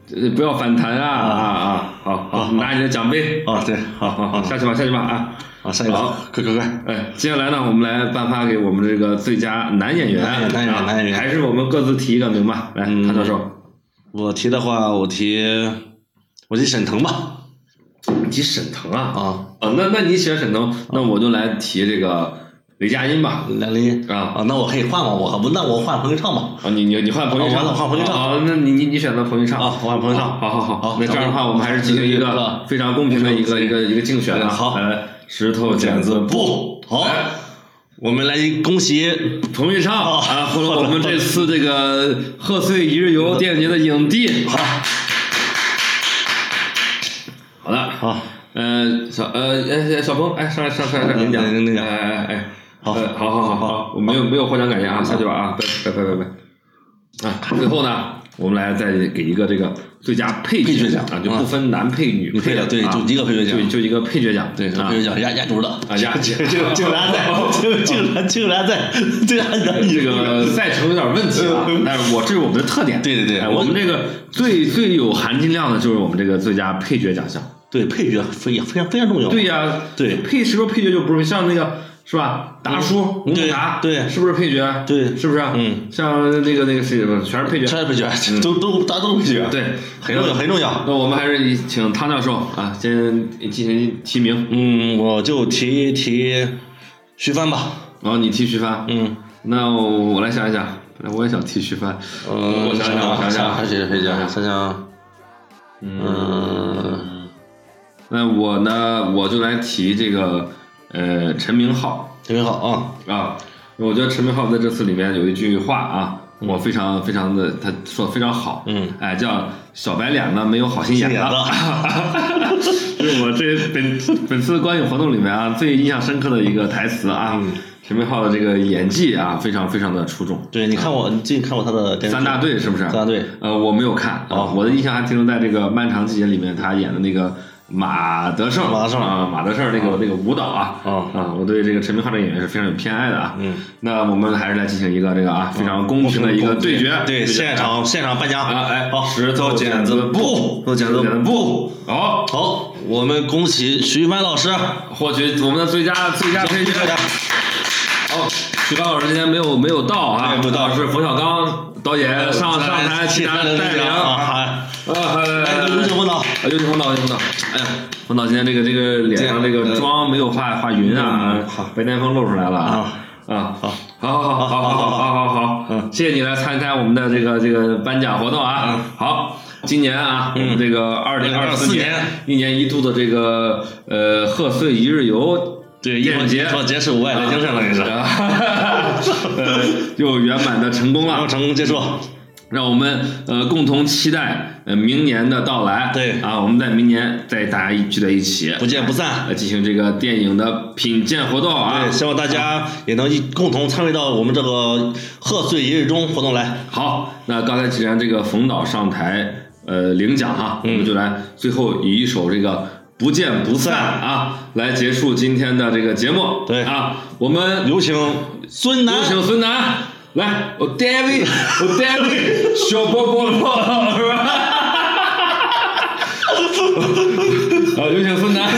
A: 这不要反弹啊啊啊！好好，
B: 好
A: 拿你的奖杯，
B: 啊，对，好
A: 好好
B: 好
A: 好，
B: 好，
A: 下去吧，下去吧啊！
B: 啊，下一个
A: 好，
B: 快快快，
A: 哎，接下来呢，我们来颁发给我们这个最佳男演员，
B: 男演员男演员
A: 啊
B: 男演员
A: 还是我们各自提一个名吧。来，
B: 嗯
A: 潘教授，
B: 我提的话，我提我提沈腾吧，
A: 你提沈腾啊？
B: 啊，
A: 啊，那那你喜欢沈腾，
B: 哦
A: 那我就来提这个雷佳音吧。
B: 梁林
A: 啊
B: 啊，那我可以换吗？我不，那我换彭昱畅吧，
A: 啊，你你你换彭昱畅，
B: 啊我换彭昱畅
A: 啊，那你你你选择彭昱畅
B: 啊我换彭昱畅
A: 好好好
B: 好
A: 那这样的话，我们还是进行一
B: 这
A: 个
B: 个
A: 非常公平的一个一个一个竞选啊。
B: 嗯好
A: 来，石头剪子布，
B: 不好
A: 哎，
B: 我们来恭喜
A: 彭昱畅啊，获得我们这次这个贺岁一日游电影节的影帝。好，
B: 啊
A: 好的，
B: 啊，
A: 呃，小呃哎小鹏，哎，上来上来上来领奖，
B: 领领奖
A: 哎哎哎，
B: 好
A: 呃好好好好，我没有没有获奖感言啊，下去吧啊，拜拜拜拜拜，啊，最后呢，我们来再给一个这个最佳配
B: 配角
A: 奖
B: 奖
A: 啊，就不分男配女
B: 女配
A: 了，
B: 角对
A: 啊
B: 就一个配角奖
A: 对，就一个配角奖，
B: 对，
A: 啊
B: 可以讲压压轴的，
A: 啊 呀，这
B: 竟竟然在，竟竟然竟然在， 竟然在
A: 哦这个赛程有点问题 啊，但是我这是我们的特点，
B: 对对对
A: 哎我们这个最最有含金量的就是我们这个最佳配角奖项。
B: 对配角非非常非常重要，
A: 对呀、
B: 对嗯
A: 配是不是配角就不是像那个是吧？达叔、吴
B: 对
A: 孟达，
B: 对
A: 是不是配角？啊
B: 对
A: 是不是？
B: 嗯，
A: 像那个那个谁，全是配角。
B: 全是配角，都都大家都是配角，
A: 嗯对，
B: 很重要很重要。
A: 那我们还是请汤教授啊，先进行提名。
B: 嗯，我就提提徐帆吧。
A: 然后你提徐帆，
B: 嗯，
A: 那我来想一想，本来我也想提徐帆，
B: 呃，
A: 我想想，我想啊嗯想，
B: 还是谁讲？想想，
A: 嗯，
B: 嗯，
A: 那我呢，我就来提这个呃陈明昊。
B: 特别好啊。
A: 啊，我觉得陈明昊在这次里面有一句话啊，我非常非常的，他说的非常好，
B: 嗯
A: 哎，叫小白脸呢没有好心眼
B: 眼
A: 了
B: 了，
A: 是我 这本本次观影活动里面啊最印象深刻的一个台词啊，
B: 嗯
A: 陈明昊的这个演技啊非常非常的出众。
B: 对，你看我，你最近看过他的电视剧
A: 三大队是不是？
B: 三大队，
A: 呃，我没有看啊、
B: 哦
A: 我的印象还停留在这个《漫长季节》里面他演的那个马德胜，
B: 马德胜
A: 啊、马德胜那个、那个舞蹈啊，啊、
B: 哦
A: 我对这个陈明昊这个演员是非常有偏爱的啊。
B: 嗯，哦
A: 那我们还是来进行一个这个啊非常公平的一个对决，
B: 对，
A: 决
B: 现场现场颁奖
A: 啊，哎，
B: 好，
A: 石头剪子布，
B: 石头剪子
A: 剪子布，好，
B: 好，我们恭喜徐帆老师，
A: 获取我们的最佳最佳配角。好，徐帆老师今天没有没有到啊，
B: 对没有到
A: 是冯小刚导演上上台替他带领啊，
B: 啊，
A: 啊来来来
B: 哎，
A: 来
B: 刘景
A: 来
B: 红导，
A: 啊，有请冯导，有请冯导。哎呀，冯呃嗯导今天这个这个脸上这个妆没有化化匀啊，白癜风露出来了啊。嗯啊，好，好，好，好，好，好，好，好，好，谢谢你来参加我们的这个这个颁奖活动啊。好，今年啊，我们这个二零二四年
B: 年
A: 一年一度的这个呃贺岁一日游
B: 对，一
A: 电
B: 会
A: 影节
B: 节，一会节是五百的精神了，也是。
A: 啊，呃，又圆满的成功
B: 然
A: 了
B: 后。成功结束，
A: 让我们呃共同期待呃明年的到来。
B: 对
A: 啊，我们在明年再大家一聚在一起，
B: 不见不散
A: 来。进行这个电影的品鉴活动啊
B: 对，。希望大家也能一共同参与到我们这个贺岁一日中活动来。
A: 好，那刚才既然这个冯导上台呃领奖哈、
B: 嗯
A: 我们就来最后以一首这个。不见不散啊！来结束今天的这个节目。
B: 对
A: 啊，我们
B: 有请孙楠
A: 有。请孙楠来，我 David，我 David，小波波波，是吧？好，有请孙楠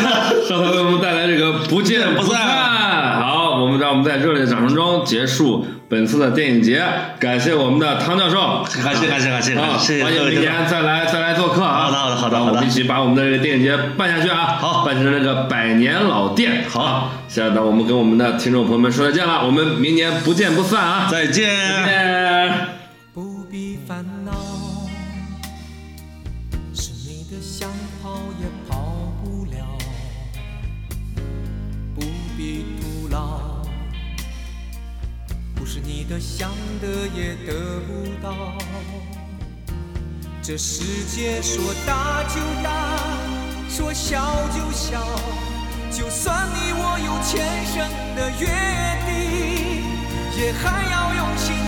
A: 上台为我们带来这个不见不
B: 不散
A: 散。好，我们让我们在热烈的掌声中结束本次的电影节，感谢我们的汤教授。
B: 感谢感谢感谢
A: 啊，
B: 感谢，谢谢
A: 欢
B: 各
A: 迎
B: 位
A: 明
B: 听众。
A: 年再来再来做客啊！
B: 好的好的好的
A: 啊
B: 好的
A: 我们一起把我们的这个电影节办下去啊！
B: 好
A: 办成这个百年老店。好，现在呢，我们跟我们的听众朋友们说再见了，我们明年不见不散啊！
B: 再见。
A: 见。
E: 不必烦恼。是你的想跑也跑不了，不必徒劳。不是你的想得也得不到，这世界说大就大，说小就小，就算你我有前生的约定，也还要用心